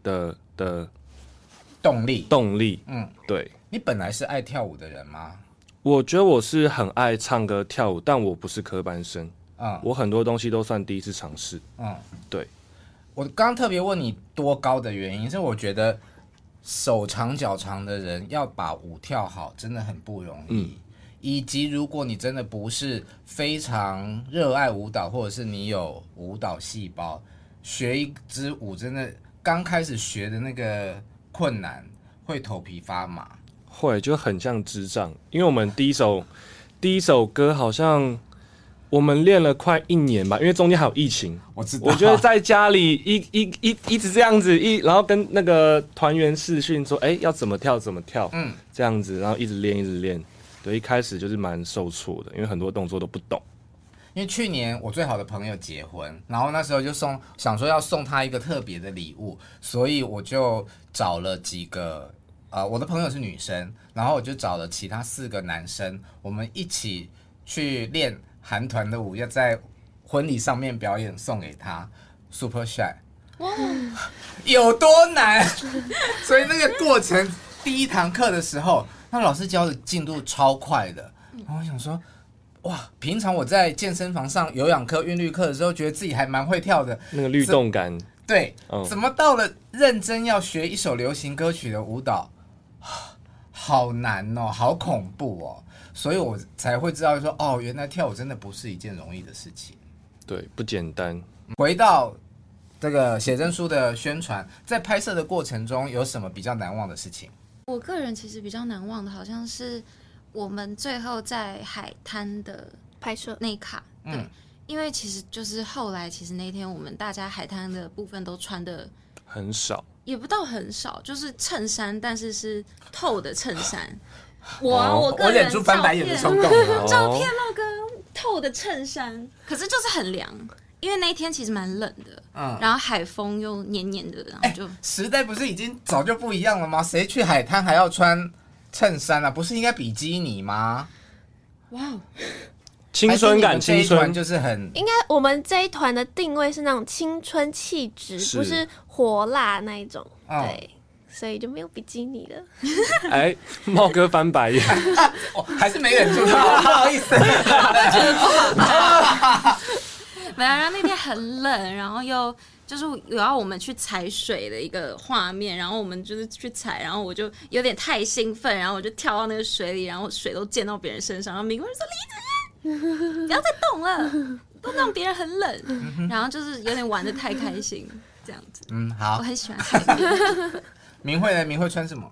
[SPEAKER 2] 的的
[SPEAKER 1] 动力。
[SPEAKER 2] 动力。
[SPEAKER 1] 嗯，
[SPEAKER 2] 对，
[SPEAKER 1] 你本来是爱跳舞的人吗？
[SPEAKER 2] 我觉得我是很爱唱歌跳舞，但我不是科班生，
[SPEAKER 1] 嗯
[SPEAKER 2] 我很多东西都算第一次尝试。
[SPEAKER 1] 嗯，
[SPEAKER 2] 对。
[SPEAKER 1] 我刚刚特别问你多高的原因，是我觉得手长脚长的人要把舞跳好，真的很不容易。
[SPEAKER 2] 嗯
[SPEAKER 1] 以及如果你真的不是非常热爱舞蹈，或者是你有舞蹈细胞，学一支舞真的刚开始学的那个困难会头皮发麻。
[SPEAKER 2] 会就很像智障，因为我们第一首第一首歌好像我们练了快一年吧，因为中间还有疫情。
[SPEAKER 1] 我知道，
[SPEAKER 2] 我觉得在家里一一一一直这样子一，然后跟那个团员视讯说，哎、要怎么跳怎么跳，
[SPEAKER 1] 嗯
[SPEAKER 2] 这样子，然后一直练一直练。对，一开始就是蛮受挫的，因为很多动作都不懂。
[SPEAKER 1] 因为去年我最好的朋友结婚，然后那时候就送想说要送他一个特别的礼物，所以我就找了几个呃，我的朋友是女生，然后我就找了其他四个男生，我们一起去练韩团的舞，要在婚礼上面表演送给他 Super Shy。有多难？ [laughs] 所以那个过程，第一堂课的时候，那老师教的进度超快的，然后我想说。哇，平常我在健身房上有氧课、韵律课的时候，觉得自己还蛮会跳的。
[SPEAKER 2] 那个律动感，
[SPEAKER 1] 对，
[SPEAKER 2] 嗯
[SPEAKER 1] 怎么到了认真要学一首流行歌曲的舞蹈， [sighs] 好难哦，好恐怖哦，所以我才会知道说，哦，原来跳舞真的不是一件容易的事情。
[SPEAKER 2] 对，不简单。
[SPEAKER 1] 回到这个写真书的宣传，在拍摄的过程中有什么比较难忘的事情？
[SPEAKER 6] 我个人其实比较难忘的，好像是我们最后在海滩的
[SPEAKER 5] 拍摄
[SPEAKER 6] 那一卡，对，
[SPEAKER 1] 嗯
[SPEAKER 6] 因为其实就是后来，其实那天我们大家海滩的部分都穿的
[SPEAKER 2] 很少，
[SPEAKER 6] 也不到很少，就是衬衫，但是是透的衬衫。我、啊
[SPEAKER 2] 哦
[SPEAKER 6] 我个人照片
[SPEAKER 1] 动了
[SPEAKER 6] 照片那个透的衬衫，可是就是很凉，因为那一天其实蛮冷的，
[SPEAKER 1] 嗯
[SPEAKER 6] 然后海风又黏黏的，然后就、
[SPEAKER 1] 哎时代不是已经早就不一样了吗？谁去海滩还要穿衬衫啊？不是应该比基尼吗？
[SPEAKER 6] 哇哦，
[SPEAKER 2] 青春感，
[SPEAKER 1] 还是你们这一
[SPEAKER 2] 青
[SPEAKER 1] 团
[SPEAKER 2] 春
[SPEAKER 1] 就是很
[SPEAKER 5] 应该我们这一团的定位是那种青春气质，
[SPEAKER 2] 是
[SPEAKER 5] 不是火辣那一种。
[SPEAKER 1] 哦
[SPEAKER 5] 对，所以就没有比基尼了。
[SPEAKER 2] 哎，茂哥翻白眼， [laughs]
[SPEAKER 1] 哦，还是没忍
[SPEAKER 5] [laughs]
[SPEAKER 1] 住，不好意思。
[SPEAKER 6] 没有，然后那天很冷， [laughs] 然后又就是有要我们去踩水的一个画面，然后我们就是去踩，然后我就有点太兴奋，然后我就跳到那个水里，然后水都溅到别人身上，然后民工就说：“李 [laughs] 子，不要再动了，都让别人很冷。”然后就是有点玩的太开心，这样子，
[SPEAKER 1] [laughs] 嗯，
[SPEAKER 6] 我
[SPEAKER 1] 好。
[SPEAKER 6] 很喜欢海边。
[SPEAKER 1] 明慧呢？明慧穿什么？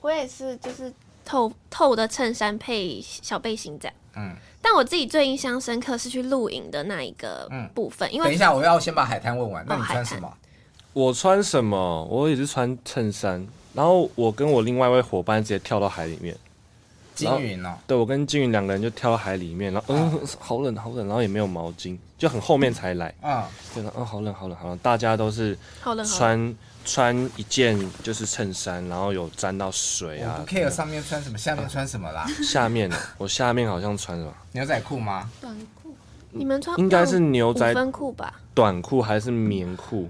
[SPEAKER 5] 我也是，就是透透的衬衫配小背心这样。
[SPEAKER 1] 嗯，
[SPEAKER 5] 但我自己最印象深刻是去露营的那一个部分，因
[SPEAKER 1] 嗯等一
[SPEAKER 5] 为
[SPEAKER 1] 下，我要先把海滩问完。那你
[SPEAKER 5] 哦
[SPEAKER 1] 穿什么？
[SPEAKER 2] 我穿什么？我也是穿衬衫，然后我跟我另外一位伙伴直接跳到海里面。
[SPEAKER 1] 金云哦，
[SPEAKER 2] 对我跟金云两个人就跳到海里面，然后
[SPEAKER 1] 啊
[SPEAKER 2] 嗯，好冷好冷，然后也没有毛巾，就很后面才来。
[SPEAKER 1] 嗯，
[SPEAKER 2] 对了，嗯，好冷好冷好冷，大家都是
[SPEAKER 5] 好冷好冷，
[SPEAKER 2] 穿穿一件就是衬衫，然后有沾到水
[SPEAKER 1] 我
[SPEAKER 2] 啊
[SPEAKER 1] 不。care 上面穿什么，下面穿什么
[SPEAKER 5] [laughs]
[SPEAKER 1] 啦。
[SPEAKER 2] 下面我下面好像穿什么？
[SPEAKER 1] 牛仔裤吗？
[SPEAKER 6] 短裤，
[SPEAKER 5] 你们穿
[SPEAKER 2] 应该是牛仔
[SPEAKER 5] 五分裤吧？
[SPEAKER 2] 短裤还是棉裤？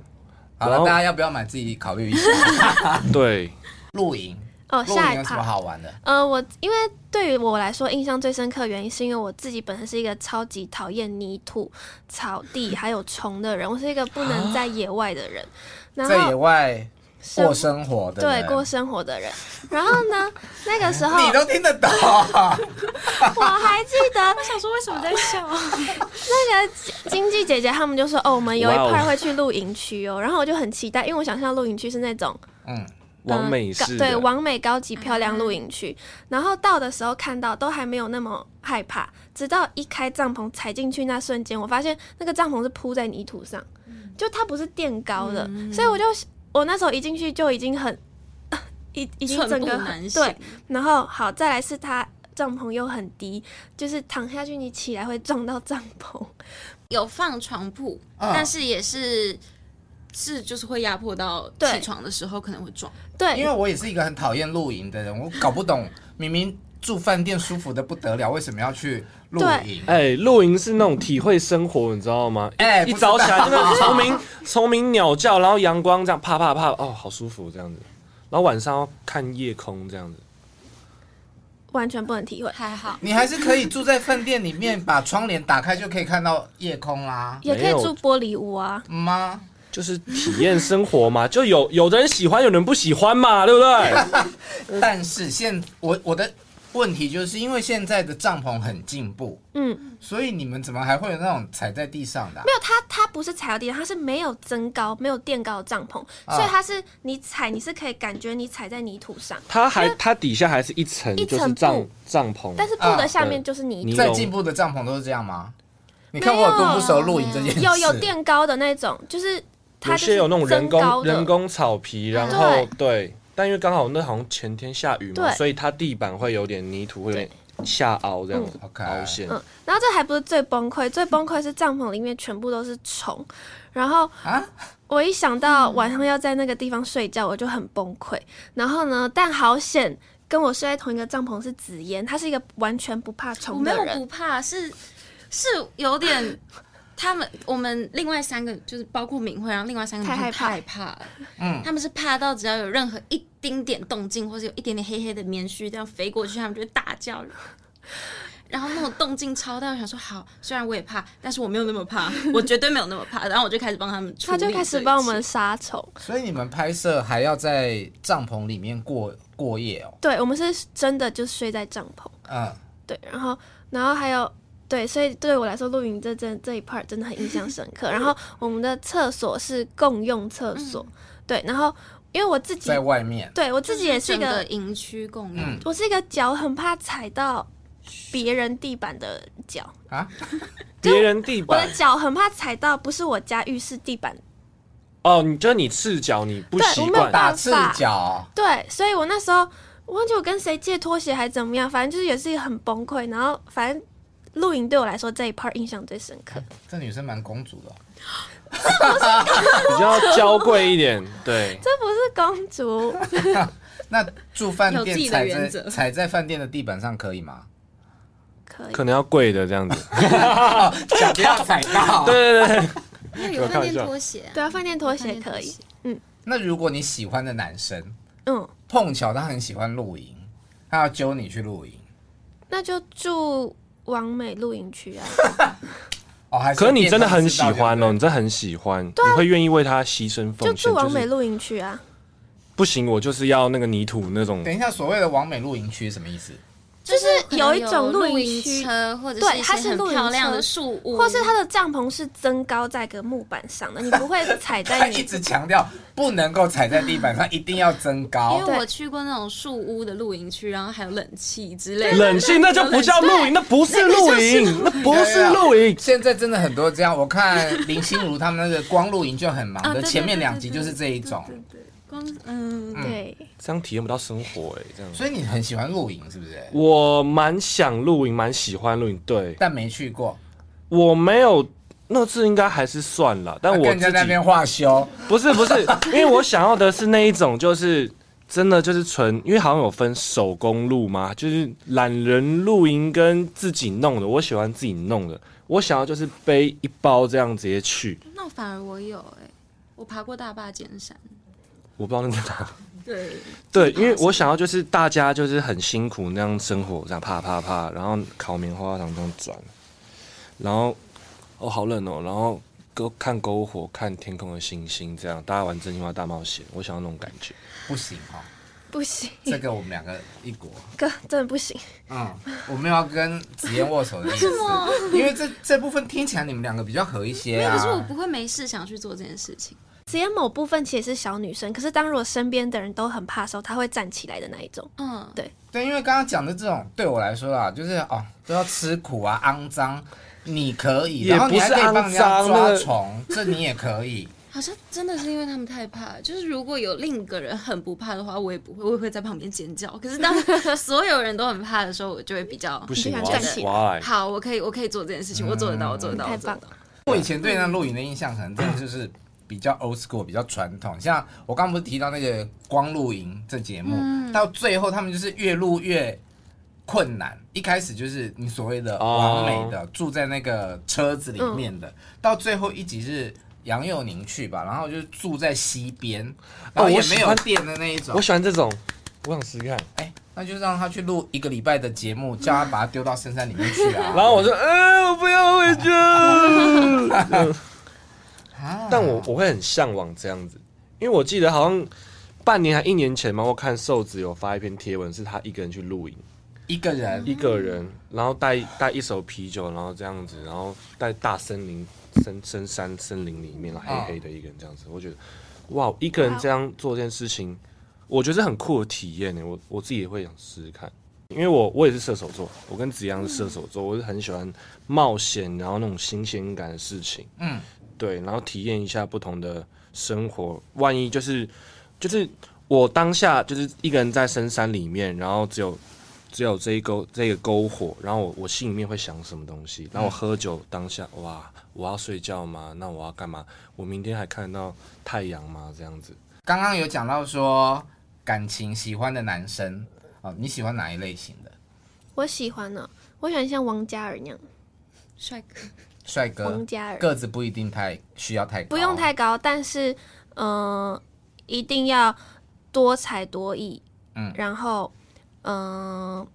[SPEAKER 1] 好
[SPEAKER 2] 然
[SPEAKER 1] 了，
[SPEAKER 2] 后
[SPEAKER 1] 大家要不要买自己考虑一下？
[SPEAKER 5] [laughs]
[SPEAKER 1] 嗯
[SPEAKER 2] 对，
[SPEAKER 1] 露营，
[SPEAKER 5] 哦，
[SPEAKER 1] 露营
[SPEAKER 5] 下一
[SPEAKER 1] 有什么
[SPEAKER 5] 趴。
[SPEAKER 1] 好玩的？
[SPEAKER 5] 呃，我因为对于我来说印象最深刻的原因，是因为我自己本身是一个超级讨厌泥土、草地还有虫的人，我是一个不
[SPEAKER 2] 啊
[SPEAKER 5] 能在野外的人。然
[SPEAKER 1] 在野
[SPEAKER 5] 后
[SPEAKER 1] 外
[SPEAKER 5] 生
[SPEAKER 1] 过生活的
[SPEAKER 5] 对
[SPEAKER 1] 人
[SPEAKER 5] 过生活的人，然后呢，那个时候
[SPEAKER 1] [laughs] 你都听得懂，
[SPEAKER 5] 我还记得
[SPEAKER 6] [laughs] 我想说为什么在笑？
[SPEAKER 5] 那个经济姐姐他们就说，哦，我们有一
[SPEAKER 2] 哇哦
[SPEAKER 5] 块会去露营区哦，然后我就很期待，因为我想象露营区是那种
[SPEAKER 1] 嗯，
[SPEAKER 5] 呃
[SPEAKER 2] 完美
[SPEAKER 5] 高
[SPEAKER 2] 式
[SPEAKER 5] 对，
[SPEAKER 2] 的。
[SPEAKER 5] 完美高级漂
[SPEAKER 6] 嗯
[SPEAKER 5] 亮露营区。然后到的时候看到都还没有那么害怕，直到一开帐篷踩进去那瞬间，我发现那个帐篷是铺在泥土上，
[SPEAKER 6] 嗯
[SPEAKER 5] 就它不是垫高的，所以我就我那时候一进去就已经很。 [laughs] 已已经
[SPEAKER 6] [laughs] 寸
[SPEAKER 5] 整
[SPEAKER 6] 步
[SPEAKER 5] 个
[SPEAKER 6] 难
[SPEAKER 5] 很
[SPEAKER 6] 行
[SPEAKER 5] 对，然后好，再来是它帐篷又很低，就是躺下去你起来会撞到帐篷，
[SPEAKER 6] 有放床铺，
[SPEAKER 1] 嗯
[SPEAKER 6] 但是也是是就是会压迫到
[SPEAKER 5] 对
[SPEAKER 6] 起床的时候可能会撞。
[SPEAKER 5] 对，
[SPEAKER 1] 因为我也是一个很讨厌露营的人，我搞不懂，明明住饭店舒服的不得了，为什么要去露营？
[SPEAKER 2] 哎，露营是那种体会生活，你知道吗？
[SPEAKER 1] 哎
[SPEAKER 2] 一
[SPEAKER 1] 不知
[SPEAKER 2] 早
[SPEAKER 1] 道
[SPEAKER 2] 起来，那个虫鸣 [laughs] 虫鸣鸟叫，然后阳光这样啪啪啪，哦，好舒服这样子。然后晚上要看夜空这样子，
[SPEAKER 5] 完全不能体会。
[SPEAKER 6] 还好，
[SPEAKER 1] 你还是可以住在饭店里面，把窗帘打开就可以看到夜空啦、
[SPEAKER 5] 也可
[SPEAKER 2] 没有
[SPEAKER 5] 以住玻璃屋啊，
[SPEAKER 1] 吗？
[SPEAKER 2] 就是体验生活嘛， [laughs] 就有有的人喜欢，有的人不喜欢嘛，对不
[SPEAKER 1] [laughs]
[SPEAKER 2] 对？
[SPEAKER 1] 但是现我我的问题就是因为现在的帐篷很进步，
[SPEAKER 5] 嗯，
[SPEAKER 1] 所以你们怎么还会有那种踩在地上的啊、
[SPEAKER 5] 没有，它它不是踩到地，它是没有增高、没有垫高的帐篷，
[SPEAKER 1] 啊
[SPEAKER 5] 所以它是你踩，你是可以感觉你踩在泥土上，
[SPEAKER 1] 嗯
[SPEAKER 2] 它还它底下还是一层
[SPEAKER 5] 一
[SPEAKER 2] 就是
[SPEAKER 5] 层
[SPEAKER 2] 帐
[SPEAKER 5] 布
[SPEAKER 2] 帐篷，
[SPEAKER 5] 但是布
[SPEAKER 1] 啊
[SPEAKER 5] 的下面就是泥
[SPEAKER 2] 泥
[SPEAKER 5] 土，
[SPEAKER 1] 在
[SPEAKER 2] 有
[SPEAKER 1] 进步的帐篷都是这样吗？你
[SPEAKER 5] 没
[SPEAKER 1] 看我有多
[SPEAKER 5] 有
[SPEAKER 1] 不熟露营这件事，
[SPEAKER 5] 有有垫高的那种，就是它
[SPEAKER 2] 有
[SPEAKER 5] 就是
[SPEAKER 2] 些有那种人
[SPEAKER 5] 增高
[SPEAKER 2] 工
[SPEAKER 5] 的
[SPEAKER 2] 人工草皮，然后对，但因为刚好那好像前天下雨嘛，
[SPEAKER 5] 对
[SPEAKER 2] 所以它地板会有点泥土，会有点下凹这样子
[SPEAKER 1] 嗯 OK
[SPEAKER 2] 凹陷。
[SPEAKER 5] 嗯，然后这还不是最崩溃，最崩溃是帐篷里面全部都是虫，然后
[SPEAKER 1] 啊，
[SPEAKER 5] 我一想到晚上要在那个地方睡觉，我就很崩溃。然后呢，但好险，跟我睡在同一个帐篷是紫嫣，她是一个完全不怕
[SPEAKER 6] 我
[SPEAKER 5] 虫
[SPEAKER 6] 没
[SPEAKER 5] 的
[SPEAKER 6] 有
[SPEAKER 5] 人
[SPEAKER 6] 不。怕，是是
[SPEAKER 5] [laughs]
[SPEAKER 6] 有点。他们我们另外三个就是包括敏慧，然后另外三个
[SPEAKER 5] 太
[SPEAKER 6] 女生
[SPEAKER 5] 害怕
[SPEAKER 6] 太怕了，
[SPEAKER 1] 嗯，
[SPEAKER 6] 他们是怕到只要有任何一丁点动静，或者有一点点黑黑的棉絮这样飞过去，他们就会大叫。然后那种动静超大，我想说好，虽然我也怕，但是我没有那么怕，我绝对没有那么怕。然后我就开始帮他们
[SPEAKER 5] 她
[SPEAKER 6] 处理这
[SPEAKER 5] 就
[SPEAKER 6] 一切，
[SPEAKER 5] 开始帮我们杀虫，
[SPEAKER 1] 所以你们拍摄还要在帐篷里面过过夜哦，
[SPEAKER 5] 对我们是真的就睡在帐篷，
[SPEAKER 1] 嗯，
[SPEAKER 5] 对，然后然后还有对，所以对我来说露营这这这一 part 真的很印象深刻。然后我们的厕所是共用厕所，对，然后因为我自己
[SPEAKER 1] 在外面，
[SPEAKER 5] 对我
[SPEAKER 6] 就
[SPEAKER 5] 自己也是一
[SPEAKER 6] 整
[SPEAKER 5] 个
[SPEAKER 6] 个营区共用。
[SPEAKER 1] 嗯
[SPEAKER 5] 我是一个脚很怕踩到别人地板的脚，
[SPEAKER 1] 啊，
[SPEAKER 2] 别人地
[SPEAKER 5] 我
[SPEAKER 2] 板
[SPEAKER 5] 的脚很怕踩到不是我家浴室地板。
[SPEAKER 2] 哦，你就是你赤脚，你不
[SPEAKER 5] 对
[SPEAKER 2] 习
[SPEAKER 5] 我没有
[SPEAKER 2] 惯
[SPEAKER 5] 办法
[SPEAKER 1] 打赤脚哦、
[SPEAKER 5] 对，所以我那时候我忘记我跟谁借拖鞋还怎么样，反正就是也是很崩溃。然后反正露营对我来说这一 part 印象最深刻。
[SPEAKER 1] 这女生蛮公主的哦、
[SPEAKER 2] 比较娇贵一点，对，
[SPEAKER 5] 这不是公主，
[SPEAKER 1] 那住饭
[SPEAKER 6] [laughs] 有自
[SPEAKER 1] 店
[SPEAKER 6] 己的
[SPEAKER 1] 踩
[SPEAKER 6] 原
[SPEAKER 1] 在 [laughs]
[SPEAKER 6] 则
[SPEAKER 1] 踩在饭店的地板上可以
[SPEAKER 6] [laughs]
[SPEAKER 1] 吗？
[SPEAKER 5] 可以
[SPEAKER 2] 可能要贵的这样子。
[SPEAKER 1] 哦脚不要踩到。
[SPEAKER 2] [laughs] 对对对对，
[SPEAKER 6] 那
[SPEAKER 2] 有饭店拖
[SPEAKER 6] 鞋、啊
[SPEAKER 5] 对啊，饭店拖鞋
[SPEAKER 6] 饭
[SPEAKER 5] 可
[SPEAKER 6] 店拖
[SPEAKER 5] 以
[SPEAKER 6] 鞋。
[SPEAKER 1] 那如果你喜欢的男生
[SPEAKER 5] 嗯，
[SPEAKER 1] 碰巧他很喜欢露营，他要揪你去露营，
[SPEAKER 5] 那就住完美露营区啊。
[SPEAKER 1] 哦，还
[SPEAKER 2] 可是你真的很喜欢哦，
[SPEAKER 1] 哦。
[SPEAKER 2] 你真的很喜欢，你会愿意为他牺牲
[SPEAKER 5] 就
[SPEAKER 2] 奉献，
[SPEAKER 5] 住
[SPEAKER 2] 就
[SPEAKER 5] 完美
[SPEAKER 2] 是
[SPEAKER 5] 露营区啊，
[SPEAKER 2] 不行，我就是要那个泥土那种
[SPEAKER 1] 等一下，所谓的完美露营区是什么意思？
[SPEAKER 5] 就是有一种
[SPEAKER 6] 露
[SPEAKER 5] 营区，
[SPEAKER 6] 车，或者
[SPEAKER 5] 对
[SPEAKER 6] 是一
[SPEAKER 5] 它
[SPEAKER 6] 些
[SPEAKER 5] 是
[SPEAKER 6] 很
[SPEAKER 5] 露营
[SPEAKER 6] 漂亮
[SPEAKER 5] 车
[SPEAKER 6] 的树屋，
[SPEAKER 5] 或是它的帐篷是增高在一个木板上的，你不会踩
[SPEAKER 1] 他 [laughs]
[SPEAKER 5] 在
[SPEAKER 1] 一
[SPEAKER 5] 你。
[SPEAKER 1] 直强调不能够踩在地板上，一定要增高
[SPEAKER 6] 因。
[SPEAKER 5] 哦对
[SPEAKER 6] 为我去过那种树屋的露营区，然后还有冷气之类的。
[SPEAKER 2] 冷气，那就不叫露营，那不是露营，那不是露营。
[SPEAKER 1] 现在真的很多这样，我看林心如他们那个光露营就很忙
[SPEAKER 6] [laughs]
[SPEAKER 1] 的，
[SPEAKER 6] 啊对对
[SPEAKER 1] 前面
[SPEAKER 6] 对
[SPEAKER 1] 两
[SPEAKER 6] 对
[SPEAKER 1] 集
[SPEAKER 6] 对
[SPEAKER 1] 就是这一种，
[SPEAKER 6] 对，光嗯，
[SPEAKER 5] 对，
[SPEAKER 2] 这样体验不到生活哎、这样。
[SPEAKER 1] 所以你很喜欢露营是不是？
[SPEAKER 2] 我蛮想露营，蛮喜欢露营。对，
[SPEAKER 1] 但没去过，
[SPEAKER 2] 我没有那次应该还是算了，但
[SPEAKER 1] 啊跟
[SPEAKER 2] 我
[SPEAKER 1] 人家
[SPEAKER 2] 自
[SPEAKER 1] 那
[SPEAKER 2] 己
[SPEAKER 1] 边画修，
[SPEAKER 2] 不是不是， [laughs] 因为我想要的是那一种，就是真的就是纯，因为好像有分手工露嘛，就是懒人露营跟自己弄的，我喜欢自己弄的。我想要就是背一包这样直接去，
[SPEAKER 6] 那反而我有哎、我爬过大坝尖山。
[SPEAKER 2] 我不知道那在哪里
[SPEAKER 6] 对，
[SPEAKER 2] 对，因为我想要就是大家就是很辛苦那样生活，这样啪啪啪，然后烤棉花糖这样转，然后哦好冷哦，然后篝看篝火，看天空的星星，这样大家玩真心话大冒险，我想要那种感觉。
[SPEAKER 1] 不行哦。
[SPEAKER 5] 不行，
[SPEAKER 1] 这个我们两个一国，
[SPEAKER 5] 哥真的不行。
[SPEAKER 1] 嗯，我没有要跟紫嫣握手的意思，因为这这部分听起来你们两个比较合一些
[SPEAKER 6] 可是我
[SPEAKER 1] 啊。
[SPEAKER 6] 不会没事想去做这件事情。
[SPEAKER 5] 只有某部分其实是小女生，可是当如果身边的人都很怕的时候，她会站起来的那一种。
[SPEAKER 6] 嗯，
[SPEAKER 5] 对
[SPEAKER 1] 对，因为刚刚讲的这种对我来说啊，就是哦，都要吃苦啊，肮脏，你可以，
[SPEAKER 2] 也
[SPEAKER 1] 然后你还可以帮人家
[SPEAKER 2] 不是肮脏啊那
[SPEAKER 1] 抓
[SPEAKER 2] 个
[SPEAKER 1] 虫，这你也可以。
[SPEAKER 6] 好像真的是因为他们太怕。就是如果有另一个人很不怕的话，我也不会，我也会在旁边尖叫。可是当所有人都很怕的时候，我就会比较
[SPEAKER 2] 不行，
[SPEAKER 5] 你
[SPEAKER 2] 我
[SPEAKER 5] 就
[SPEAKER 2] 要
[SPEAKER 5] 想站起来
[SPEAKER 2] 我要来
[SPEAKER 6] 好，我可以，我可以做这件事情，我做得
[SPEAKER 2] 嗯
[SPEAKER 6] 到，我做得到，
[SPEAKER 5] 太
[SPEAKER 6] 我做得
[SPEAKER 5] 棒
[SPEAKER 6] 到。
[SPEAKER 1] 我以前对那露营的印象，可能真的就是比较 old school，比较传统。像我刚刚不是提到那个光露营这节目，到最后他们就是越录越困难。一开始就是你所谓的
[SPEAKER 2] 哦
[SPEAKER 1] 完美的、住在那个车子里面的，到最后一集是杨佑宁去吧，然后就是住在溪边，然后也
[SPEAKER 2] 哦我喜
[SPEAKER 1] 没有
[SPEAKER 2] 欢
[SPEAKER 1] 电的那一种
[SPEAKER 2] 我。喜欢这种，我想 [laughs] 试试看。
[SPEAKER 1] 哎、那就让他去录一个礼拜的节目，叫他把他丢到深山里
[SPEAKER 2] [laughs]
[SPEAKER 1] 面去啊。
[SPEAKER 2] 哎然后我说，嗯、我不要回去。
[SPEAKER 1] 啊，
[SPEAKER 2] 但我我会很向往这样子，因为我记得好像半年还一年前嘛，我看瘦子有发一篇贴文，是他一个人去露营，
[SPEAKER 1] 一个人
[SPEAKER 2] 一个人，然后带带一手啤酒，然后这样子，然后在大森林深深山森林里面，然后黑黑的一个人这样子，我觉得哇，一个人这样做这件事情，我觉得是很酷的体验呢。我我自己也会想试试看，因为我我也是射手座，我跟子阳是射手座，我是很喜欢冒险，然后那种新鲜感的事情，
[SPEAKER 1] 嗯，
[SPEAKER 2] 对，然后体验一下不同的生活，万一就是就是。我当下就是一个人在深山里面，然后只有只有这一篝这个篝火，然后我我心里面会想什么东西，然后我喝酒当下，哇，我要睡觉吗？那我要干嘛？我明天还看得到太阳吗？这样子，
[SPEAKER 1] 刚刚有讲到说感情喜欢的男生哦，你喜欢哪一类型的？
[SPEAKER 5] 我喜欢呢、我喜欢像王嘉尔那样，
[SPEAKER 6] 帅哥，
[SPEAKER 1] 帅哥
[SPEAKER 5] 王，嘉尔
[SPEAKER 1] 个子不一定太需要太高，
[SPEAKER 5] 不用太高，但是嗯、呃一定要多才多艺，
[SPEAKER 1] 嗯
[SPEAKER 5] 然后嗯、呃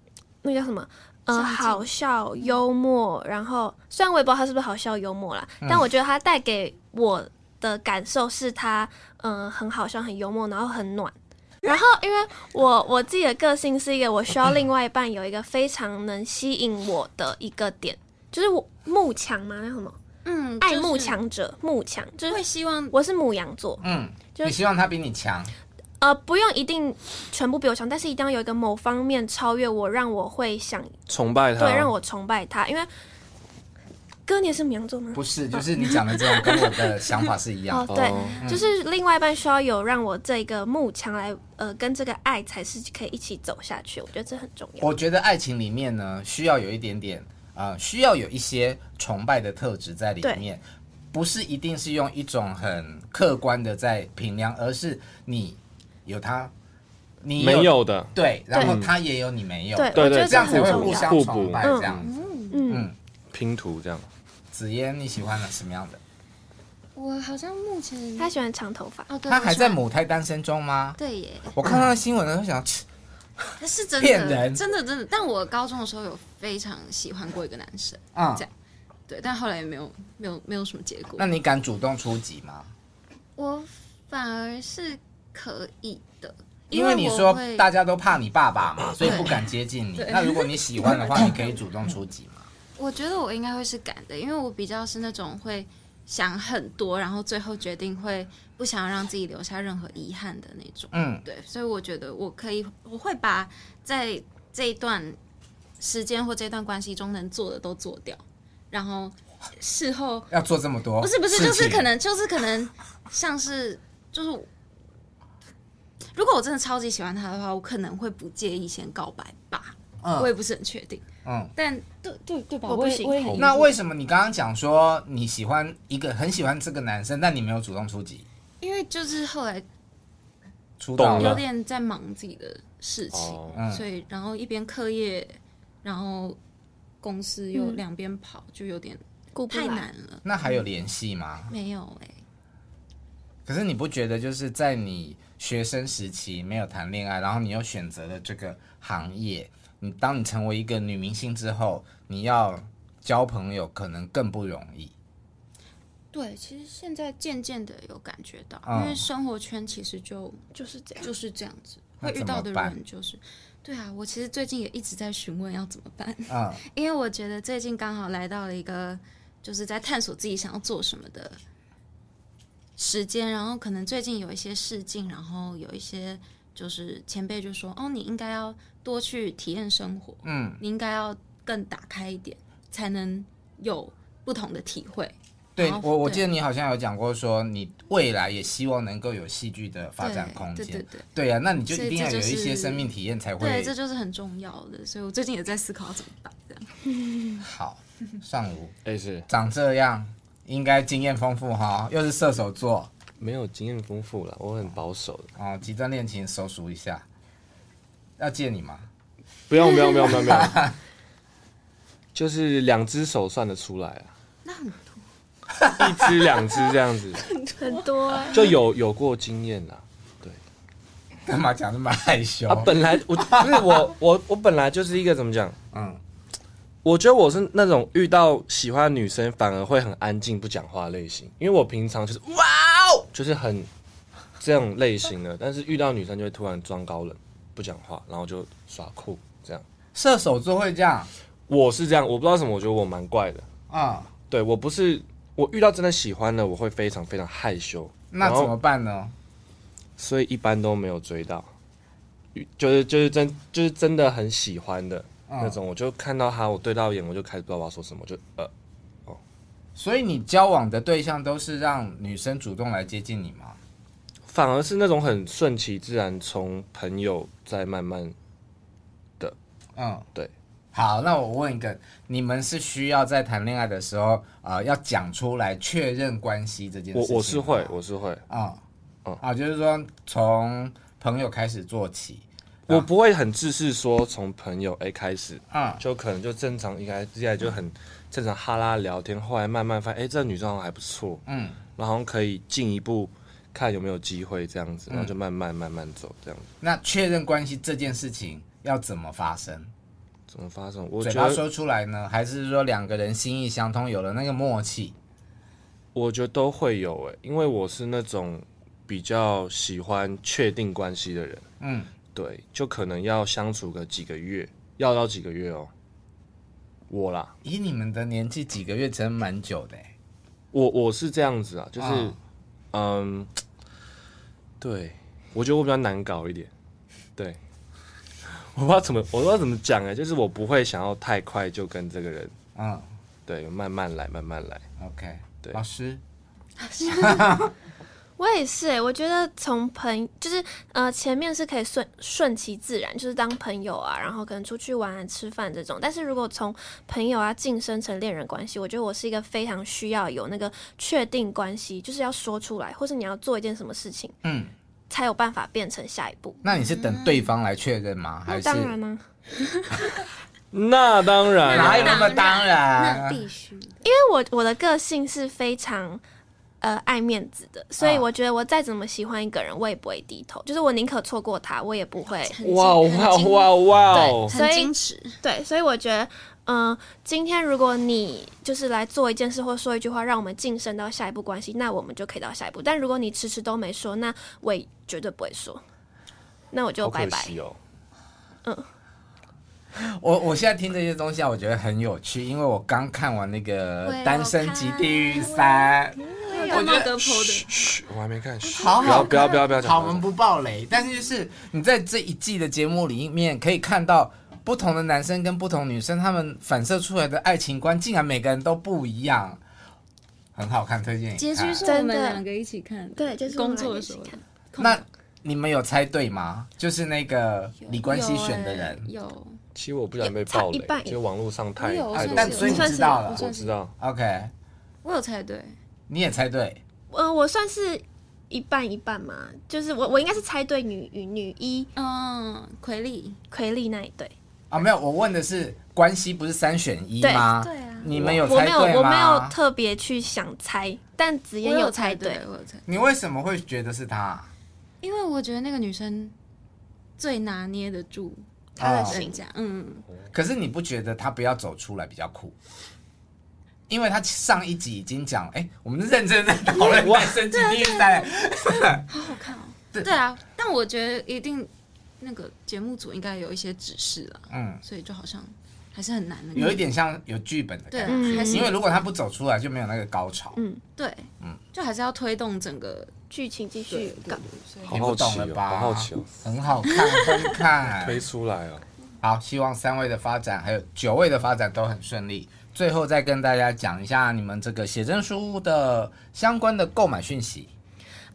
[SPEAKER 5] 那叫什么？嗯、
[SPEAKER 6] 上进
[SPEAKER 5] 好笑、幽默，然后虽然我也不知道他是不是好笑幽默啦，
[SPEAKER 1] 嗯
[SPEAKER 5] 但我觉得他带给我的感受是他，嗯、很好笑、很幽默，然后很暖。然后，因为我我自己的个性是一个，我需要另外一半有一个非常能吸引我的一个点，就是我慕强吗？那什么？
[SPEAKER 6] 嗯，
[SPEAKER 5] 爱
[SPEAKER 6] 就是
[SPEAKER 5] 慕强者，慕强就是
[SPEAKER 6] 会希望
[SPEAKER 5] 我是母羊座，
[SPEAKER 1] 嗯，
[SPEAKER 5] 就
[SPEAKER 1] 你希望他比你强，
[SPEAKER 5] 呃，不用一定全部比我强，但是一定要有一个某方面超越我，让我会想
[SPEAKER 2] 崇拜他，
[SPEAKER 5] 对，啊让我崇拜他。因为哥，你也是母羊座吗？
[SPEAKER 1] 不是？就是你讲的这种跟我的想法是一样
[SPEAKER 5] 哦，
[SPEAKER 1] 的。
[SPEAKER 5] 对，就是另外一半需要有让我这个慕强来，呃，跟这个爱才是可以一起走下去。我觉得这很重要。
[SPEAKER 1] 我觉得爱情里面呢，需要有一点点，呃，需要有一些崇拜的特质在里面，不是一定是用一种很客观的在评量，而是你有他，你
[SPEAKER 2] 没有的，
[SPEAKER 1] 对，然后他也有你没有，
[SPEAKER 5] 对，
[SPEAKER 2] 对
[SPEAKER 5] 我觉
[SPEAKER 2] 对
[SPEAKER 5] 得
[SPEAKER 1] 这样才
[SPEAKER 5] 很
[SPEAKER 1] 会
[SPEAKER 5] 重
[SPEAKER 1] 互
[SPEAKER 5] 要。
[SPEAKER 1] 相
[SPEAKER 2] 互补
[SPEAKER 1] 崇拜
[SPEAKER 5] 嗯
[SPEAKER 1] 这样子。
[SPEAKER 5] 嗯，
[SPEAKER 1] 嗯，
[SPEAKER 2] 拼图这样，
[SPEAKER 1] 子嫣，你喜欢了什么样的？
[SPEAKER 6] 我好像目前
[SPEAKER 5] 他喜欢长头发，
[SPEAKER 6] 哦，对，
[SPEAKER 1] 他
[SPEAKER 6] 我
[SPEAKER 1] 还
[SPEAKER 6] 喜
[SPEAKER 1] 在
[SPEAKER 6] 欢
[SPEAKER 1] 母胎单身中吗？
[SPEAKER 6] 对耶，
[SPEAKER 1] 我看到新闻的时候想，切
[SPEAKER 6] 他是真
[SPEAKER 1] 骗
[SPEAKER 6] 的，
[SPEAKER 1] 人
[SPEAKER 6] 真的真的。但我高中的时候有非常喜欢过一个男生，
[SPEAKER 1] 嗯
[SPEAKER 6] 这，样对，但后来也没有没有没有什么结果
[SPEAKER 1] 那。你敢主动出击吗？
[SPEAKER 6] 我反而是可以的，
[SPEAKER 1] 因为
[SPEAKER 6] 为
[SPEAKER 1] 你
[SPEAKER 6] 我
[SPEAKER 1] 说
[SPEAKER 6] 会
[SPEAKER 1] 大家都怕你爸爸嘛，所以
[SPEAKER 6] 对
[SPEAKER 1] 不敢接近你。
[SPEAKER 6] 对
[SPEAKER 1] 那如果你喜欢的
[SPEAKER 6] [laughs]
[SPEAKER 1] 话，你可以主动出击嘛。
[SPEAKER 6] 我觉得我应该会是敢的，因为我比较是那种会想很多，然后最后决定会不想要让自己留下任何遗憾的那种。
[SPEAKER 1] 嗯，
[SPEAKER 6] 对，所以我觉得我可以，我会把在这一段时间或这段关系中能做的都做掉，然后事后
[SPEAKER 1] 要做这么多，
[SPEAKER 6] 不是不是，就是可，能就是可能像是就是我，如果我真的超级喜欢他的话，我可能会不介意先告白吧，我
[SPEAKER 1] 嗯
[SPEAKER 6] 也不是很确定。
[SPEAKER 1] 嗯。
[SPEAKER 6] 但对对对吧？
[SPEAKER 5] 我不
[SPEAKER 6] 也
[SPEAKER 5] 行
[SPEAKER 6] 我也很
[SPEAKER 1] 那为什么你刚刚讲说你喜欢一个很喜欢这个男生，但你没有主动出击？
[SPEAKER 6] 因为就是后来
[SPEAKER 1] 出道
[SPEAKER 2] 懂
[SPEAKER 6] 有
[SPEAKER 2] 了
[SPEAKER 1] 了，
[SPEAKER 6] 点在忙自己的事情，
[SPEAKER 2] 哦，
[SPEAKER 1] 嗯
[SPEAKER 6] 所以然后一边课业，然后公司又
[SPEAKER 5] 嗯
[SPEAKER 6] 两边跑，就有点
[SPEAKER 5] 顾不
[SPEAKER 6] 太
[SPEAKER 5] 来。
[SPEAKER 6] 难了。
[SPEAKER 1] 那还有联系吗？
[SPEAKER 6] 没有哎、
[SPEAKER 1] 可是你不觉得就是在你学生时期没有谈恋爱，然后你又选择了这个行业，你当你成为一个女明星之后，你要交朋友可能更不容易。
[SPEAKER 6] 对，其实现在渐渐的有感觉到，
[SPEAKER 1] 嗯
[SPEAKER 6] 因为生活圈其实就
[SPEAKER 5] 就是这样，
[SPEAKER 6] 就是这样子，
[SPEAKER 1] 那
[SPEAKER 6] 嗯会遇到的
[SPEAKER 1] 怎么办
[SPEAKER 6] 人就是，对啊，我其实最近也一直在询问要怎么办，
[SPEAKER 1] 嗯，
[SPEAKER 6] 因为我觉得最近刚好来到了一个就是在探索自己想要做什么的时间，然后可能最近有一些试镜，然后有一些就是前辈就说，哦，你应该要多去体验生活，
[SPEAKER 1] 嗯，
[SPEAKER 6] 你应该要更打开一点，才能有不同的体会。
[SPEAKER 1] 对
[SPEAKER 6] 然后
[SPEAKER 1] 我，我
[SPEAKER 6] 对
[SPEAKER 1] 记得你好像有讲过说，你未来也希望能够有戏剧的发展
[SPEAKER 6] 对
[SPEAKER 1] 空
[SPEAKER 6] 对对
[SPEAKER 1] 间。
[SPEAKER 6] 对
[SPEAKER 1] 对呀、啊，那你就
[SPEAKER 6] 所以
[SPEAKER 1] 一定要有
[SPEAKER 6] 这
[SPEAKER 1] 一
[SPEAKER 6] 就是
[SPEAKER 1] 些生命体验才
[SPEAKER 6] 对，
[SPEAKER 1] 会
[SPEAKER 6] 这就是很重要的，所以我最近也在思考要怎么办。这样
[SPEAKER 1] 好。上午
[SPEAKER 2] 哎是
[SPEAKER 1] 长这样，应该经验丰富哈，又是射手座
[SPEAKER 2] 没有经验丰富了，我很保守的，
[SPEAKER 1] 哦，极端恋情熟熟一下。要借你吗？
[SPEAKER 2] 不用不用不用不用不用， [laughs] 就是两只手算得出来啊，
[SPEAKER 6] 那
[SPEAKER 1] [laughs]
[SPEAKER 6] 很
[SPEAKER 2] 一只两只这样子，
[SPEAKER 5] 很多、欸。
[SPEAKER 2] 就有有过经验啦。
[SPEAKER 1] [laughs] 干嘛
[SPEAKER 2] 啊
[SPEAKER 1] 讲那么害羞？
[SPEAKER 2] 啊，本来我不是我我我本来就是一个怎么讲，
[SPEAKER 1] 嗯，
[SPEAKER 2] 我觉得我是那种遇到喜欢的女生反而会很安静不讲话类型，因为我平常就是哇哦，就是很这种类型的，但是遇到女生就会突然装高冷不讲话，然后就耍酷这样。
[SPEAKER 1] 射手座会这样
[SPEAKER 2] 我是这样，我不知道为什么，我觉得我蛮怪的。
[SPEAKER 1] 啊、
[SPEAKER 2] 对我不是，我遇到真的喜欢的，我会非常非常害羞，
[SPEAKER 1] 那
[SPEAKER 2] 然
[SPEAKER 1] 怎
[SPEAKER 2] 后
[SPEAKER 1] 么办呢？
[SPEAKER 2] 所以一般都没有追到。就是就是真就是真的很喜欢的
[SPEAKER 1] 嗯
[SPEAKER 2] 那种，我就看到他，我对到眼，我就开始不知道我要说什么，我就呃，
[SPEAKER 1] 所以你交往的对象都是让女生主动来接近你吗？
[SPEAKER 2] 反而是那种很顺其自然，从朋友再慢慢，
[SPEAKER 1] 嗯，
[SPEAKER 2] 对。
[SPEAKER 1] 好，那我问一个，你们是需要在谈恋爱的时候，呃，要讲出来确认关系这件事
[SPEAKER 2] 我
[SPEAKER 1] 情吗
[SPEAKER 2] 我是会，我是会，
[SPEAKER 1] 啊、
[SPEAKER 2] 嗯
[SPEAKER 1] 啊，就是说从朋友开始做起，啊
[SPEAKER 2] 我不会很自私说从朋友 A 开始，
[SPEAKER 1] 嗯，
[SPEAKER 2] 就可能就正常一开一开始就很正常哈拉聊天，后来慢慢发现，哎、这个女生好像还不错，
[SPEAKER 1] 嗯，
[SPEAKER 2] 然后可以进一步看有没有机会这样子，
[SPEAKER 1] 嗯
[SPEAKER 2] 然后就慢慢慢慢走这样子，
[SPEAKER 1] 那确认关系这件事情要怎么发生？
[SPEAKER 2] 怎么发生？我
[SPEAKER 1] 嘴
[SPEAKER 2] 觉
[SPEAKER 1] 巴
[SPEAKER 2] 得
[SPEAKER 1] 说出来呢，还是说两个人心意相通，有了那个默契？
[SPEAKER 2] 我觉得都会有哎、因为我是那种比较喜欢确定关系的人。
[SPEAKER 1] 嗯，
[SPEAKER 2] 对，就可能要相处个几个月，要到几个月哦。我啦，
[SPEAKER 1] 以你们的年纪，几个月真蛮久的欸、
[SPEAKER 2] 我我是这样子啊，就是，
[SPEAKER 1] 嗯
[SPEAKER 2] 嗯，对，我觉得我比较难搞一点，对，我不知道怎么，我不知道怎么讲哎、就是我不会想要太快就跟这个人，
[SPEAKER 1] 嗯
[SPEAKER 2] 对，慢慢来，慢慢来，
[SPEAKER 1] ，OK，
[SPEAKER 2] 对
[SPEAKER 1] 老师，
[SPEAKER 5] 我也是、欸，我觉得从朋就是呃前面是可以顺顺其自然，就是当朋友啊，然后可能出去玩、啊、吃饭这种。但是如果从朋友啊晋升成恋人关系，我觉得我是一个非常需要有那个确定关系，就是要说出来，或是你要做一件什么事情
[SPEAKER 1] 嗯，
[SPEAKER 5] 才有办法变成下一步。
[SPEAKER 1] 那你是等对方来确认吗？还
[SPEAKER 5] 那
[SPEAKER 1] 是
[SPEAKER 5] 当然啊呢、
[SPEAKER 2] 那当然
[SPEAKER 1] 哪有
[SPEAKER 2] 啦、
[SPEAKER 1] 那么当
[SPEAKER 6] 那
[SPEAKER 1] 然？
[SPEAKER 6] 必须的。 [laughs]
[SPEAKER 5] 因为我我的个性是非常。呃，爱面子的，所以
[SPEAKER 1] 啊
[SPEAKER 5] 我觉得我再怎么喜欢一个人，我也不会低头，就是我宁可错过他，我也
[SPEAKER 1] [laughs]
[SPEAKER 5] 不会
[SPEAKER 2] 哇哇哇哇哦！
[SPEAKER 5] 所
[SPEAKER 6] 很
[SPEAKER 5] 以
[SPEAKER 6] 矜持，
[SPEAKER 5] 对，所以我觉得，嗯、今天如果你就是来做一件事或说一句话，让我们晋升到下一步关系，那我们就可以到下一步。但如果你迟迟都没说，那我也绝对不会说，那我就
[SPEAKER 2] 好可
[SPEAKER 5] 拜拜。
[SPEAKER 2] 惜哦，
[SPEAKER 1] 我我现在听这些东西啊，我觉得很有趣，因为我刚看完那个
[SPEAKER 6] 我有
[SPEAKER 1] 《单身即地狱三》，
[SPEAKER 6] 我
[SPEAKER 1] 觉得
[SPEAKER 6] 德坡
[SPEAKER 2] 嘘嘘，我还没看，嘘
[SPEAKER 1] 好
[SPEAKER 2] 不要
[SPEAKER 1] 好
[SPEAKER 2] 不要不要不要讲，
[SPEAKER 1] 好，我们不爆雷，但是就是你在这一季的节目里面可以看到不同的男生跟不同女生，他们反射出来的爱情观，竟然每个人都不一样，很好看，推荐你
[SPEAKER 6] 结局
[SPEAKER 1] 看。
[SPEAKER 6] 是
[SPEAKER 5] 真的
[SPEAKER 6] 我们两个一起看的，
[SPEAKER 5] 对就是我们
[SPEAKER 3] 工作的时候
[SPEAKER 5] 一起看
[SPEAKER 1] 那你们有猜对吗？就是那个李冠希选的人，
[SPEAKER 6] 有
[SPEAKER 2] 其实我不想被暴
[SPEAKER 5] 一半
[SPEAKER 2] 雷，就网络上太
[SPEAKER 6] 我有
[SPEAKER 2] 太多
[SPEAKER 6] 我
[SPEAKER 1] 但
[SPEAKER 6] 是
[SPEAKER 1] 所以你
[SPEAKER 5] 算
[SPEAKER 1] 知
[SPEAKER 5] 是
[SPEAKER 1] 道
[SPEAKER 6] 有
[SPEAKER 1] 了
[SPEAKER 6] 我
[SPEAKER 2] 我知道。
[SPEAKER 5] 欸
[SPEAKER 1] ，OK，
[SPEAKER 6] 我有猜对，
[SPEAKER 1] 你也猜对，
[SPEAKER 5] 嗯、我算是一半一半嘛，就是我我应该是猜对女女女一
[SPEAKER 6] 嗯，奎丽，
[SPEAKER 5] 奎丽那一对，
[SPEAKER 1] 啊，没有，我问的是关系不是三选一
[SPEAKER 5] 对
[SPEAKER 1] 吗？
[SPEAKER 6] 对啊
[SPEAKER 1] 你们有
[SPEAKER 5] 我
[SPEAKER 1] 猜
[SPEAKER 5] 没有
[SPEAKER 1] 对吗？
[SPEAKER 5] 我没有特别去想猜，但子嫣有猜对。
[SPEAKER 6] 我有猜，
[SPEAKER 1] 你为什么会觉得是他？
[SPEAKER 6] 因为我觉得那个女生最拿捏得住
[SPEAKER 1] 他的
[SPEAKER 6] 人家，嗯，
[SPEAKER 1] 可是你不觉得他不要走出来比较酷？因为他上一集已经讲，哎、我们认真在讨
[SPEAKER 2] [laughs]
[SPEAKER 1] 论外生基地赛，
[SPEAKER 6] 好看哦。对啊，但我觉得一定那个节目组应该有一些指示啦，
[SPEAKER 1] 嗯，
[SPEAKER 6] 所以就好像还是很难的。
[SPEAKER 1] 有一点像有剧本的
[SPEAKER 6] 对
[SPEAKER 1] 感
[SPEAKER 6] 啊，
[SPEAKER 1] 觉。
[SPEAKER 5] 嗯
[SPEAKER 6] 还是
[SPEAKER 1] 因为如果他不走出来，就没有那个高潮。
[SPEAKER 5] 嗯
[SPEAKER 6] 对，就还是要推动整个
[SPEAKER 5] 剧情继
[SPEAKER 6] 对
[SPEAKER 5] 续
[SPEAKER 6] 对
[SPEAKER 5] 搞
[SPEAKER 6] 对，所以
[SPEAKER 2] 好
[SPEAKER 1] 你不
[SPEAKER 2] 好
[SPEAKER 1] 懂
[SPEAKER 2] 奇
[SPEAKER 1] 了
[SPEAKER 2] 哦，
[SPEAKER 1] 吧？
[SPEAKER 2] 好好奇哦，
[SPEAKER 1] 很好看，很
[SPEAKER 2] [laughs] 推
[SPEAKER 1] 看。
[SPEAKER 2] 出来哦。
[SPEAKER 1] 好，希望三位的发展还有九位的发展都很顺利。最后再跟大家讲一下你们这个写真书的相关的购买讯息。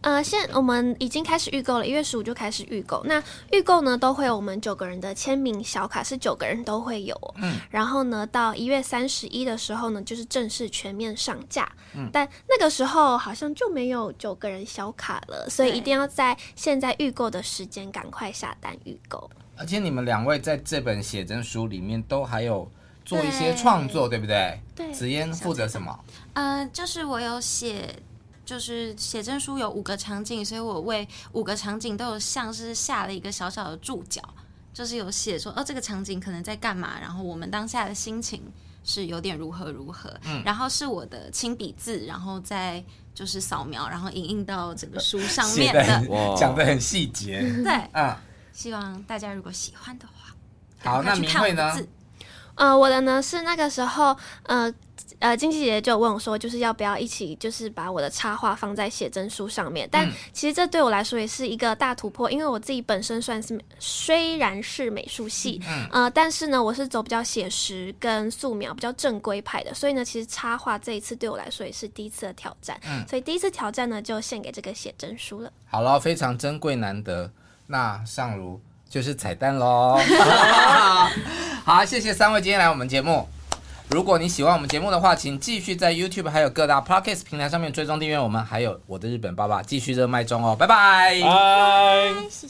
[SPEAKER 5] 呃，现我们已经开始预购了，一月十五就开始预购。那预购呢，都会有我们九个人的签名小卡，是九个人都会有、哦。嗯。然后呢，到一月三十一的时候呢，就是正式全面上架。嗯。但那个时候好像就没有九个人小卡了，所以
[SPEAKER 6] 对
[SPEAKER 5] 一定要在现在预购的时间赶快下单预购。
[SPEAKER 1] 而且你们两位在这本写真书里面都还有做一些创作，对不对？
[SPEAKER 5] 对
[SPEAKER 1] 子嫣负责什么？
[SPEAKER 6] 呃，就是我有写，就是写真书有五个场景，所以我为五个场景都有像是下了一个小小的注脚，就是有写说，哦，这个场景可能在干嘛，然后我们当下的心情是有点如何如何，
[SPEAKER 1] 嗯
[SPEAKER 6] 然后是我的亲笔字，然后再就是扫描，然后影印到整个书上
[SPEAKER 1] [laughs] 写
[SPEAKER 6] 面
[SPEAKER 1] 的
[SPEAKER 6] 的，
[SPEAKER 2] 哇
[SPEAKER 1] 讲的很细节，
[SPEAKER 6] 对，
[SPEAKER 1] 啊。
[SPEAKER 6] 希望大家如果喜欢的话，
[SPEAKER 1] 好，
[SPEAKER 6] 赶
[SPEAKER 1] 那
[SPEAKER 6] 快去
[SPEAKER 1] 明
[SPEAKER 6] 看
[SPEAKER 1] 慧
[SPEAKER 6] 我的
[SPEAKER 1] 呢？
[SPEAKER 6] 字。
[SPEAKER 5] 呃，我的呢是那个时候，呃呃，经纪姐姐就有问我说，就是要不要一起，就是把我的插画放在写真书上面。但
[SPEAKER 1] 嗯
[SPEAKER 5] 其实这对我来说也是一个大突破，因为我自己本身算是美虽然是美术系，
[SPEAKER 1] 嗯
[SPEAKER 5] 呃，但是呢，我是走比较写实跟素描比较正规派的，所以呢，其实插画这一次对我来说也是第一次的挑战。
[SPEAKER 1] 嗯
[SPEAKER 5] 所以第一次挑战呢，就献给这个写真书了。
[SPEAKER 1] 好了，非常珍贵难得。那上如就是彩蛋喽。好，谢谢三位今天来我们节目。如果你喜欢我们节目的话，请继续在 YouTube 还有各大 Podcast 平台上面追踪订阅我们，还有我的日本爸爸继续热卖中哦，拜拜。
[SPEAKER 2] 拜。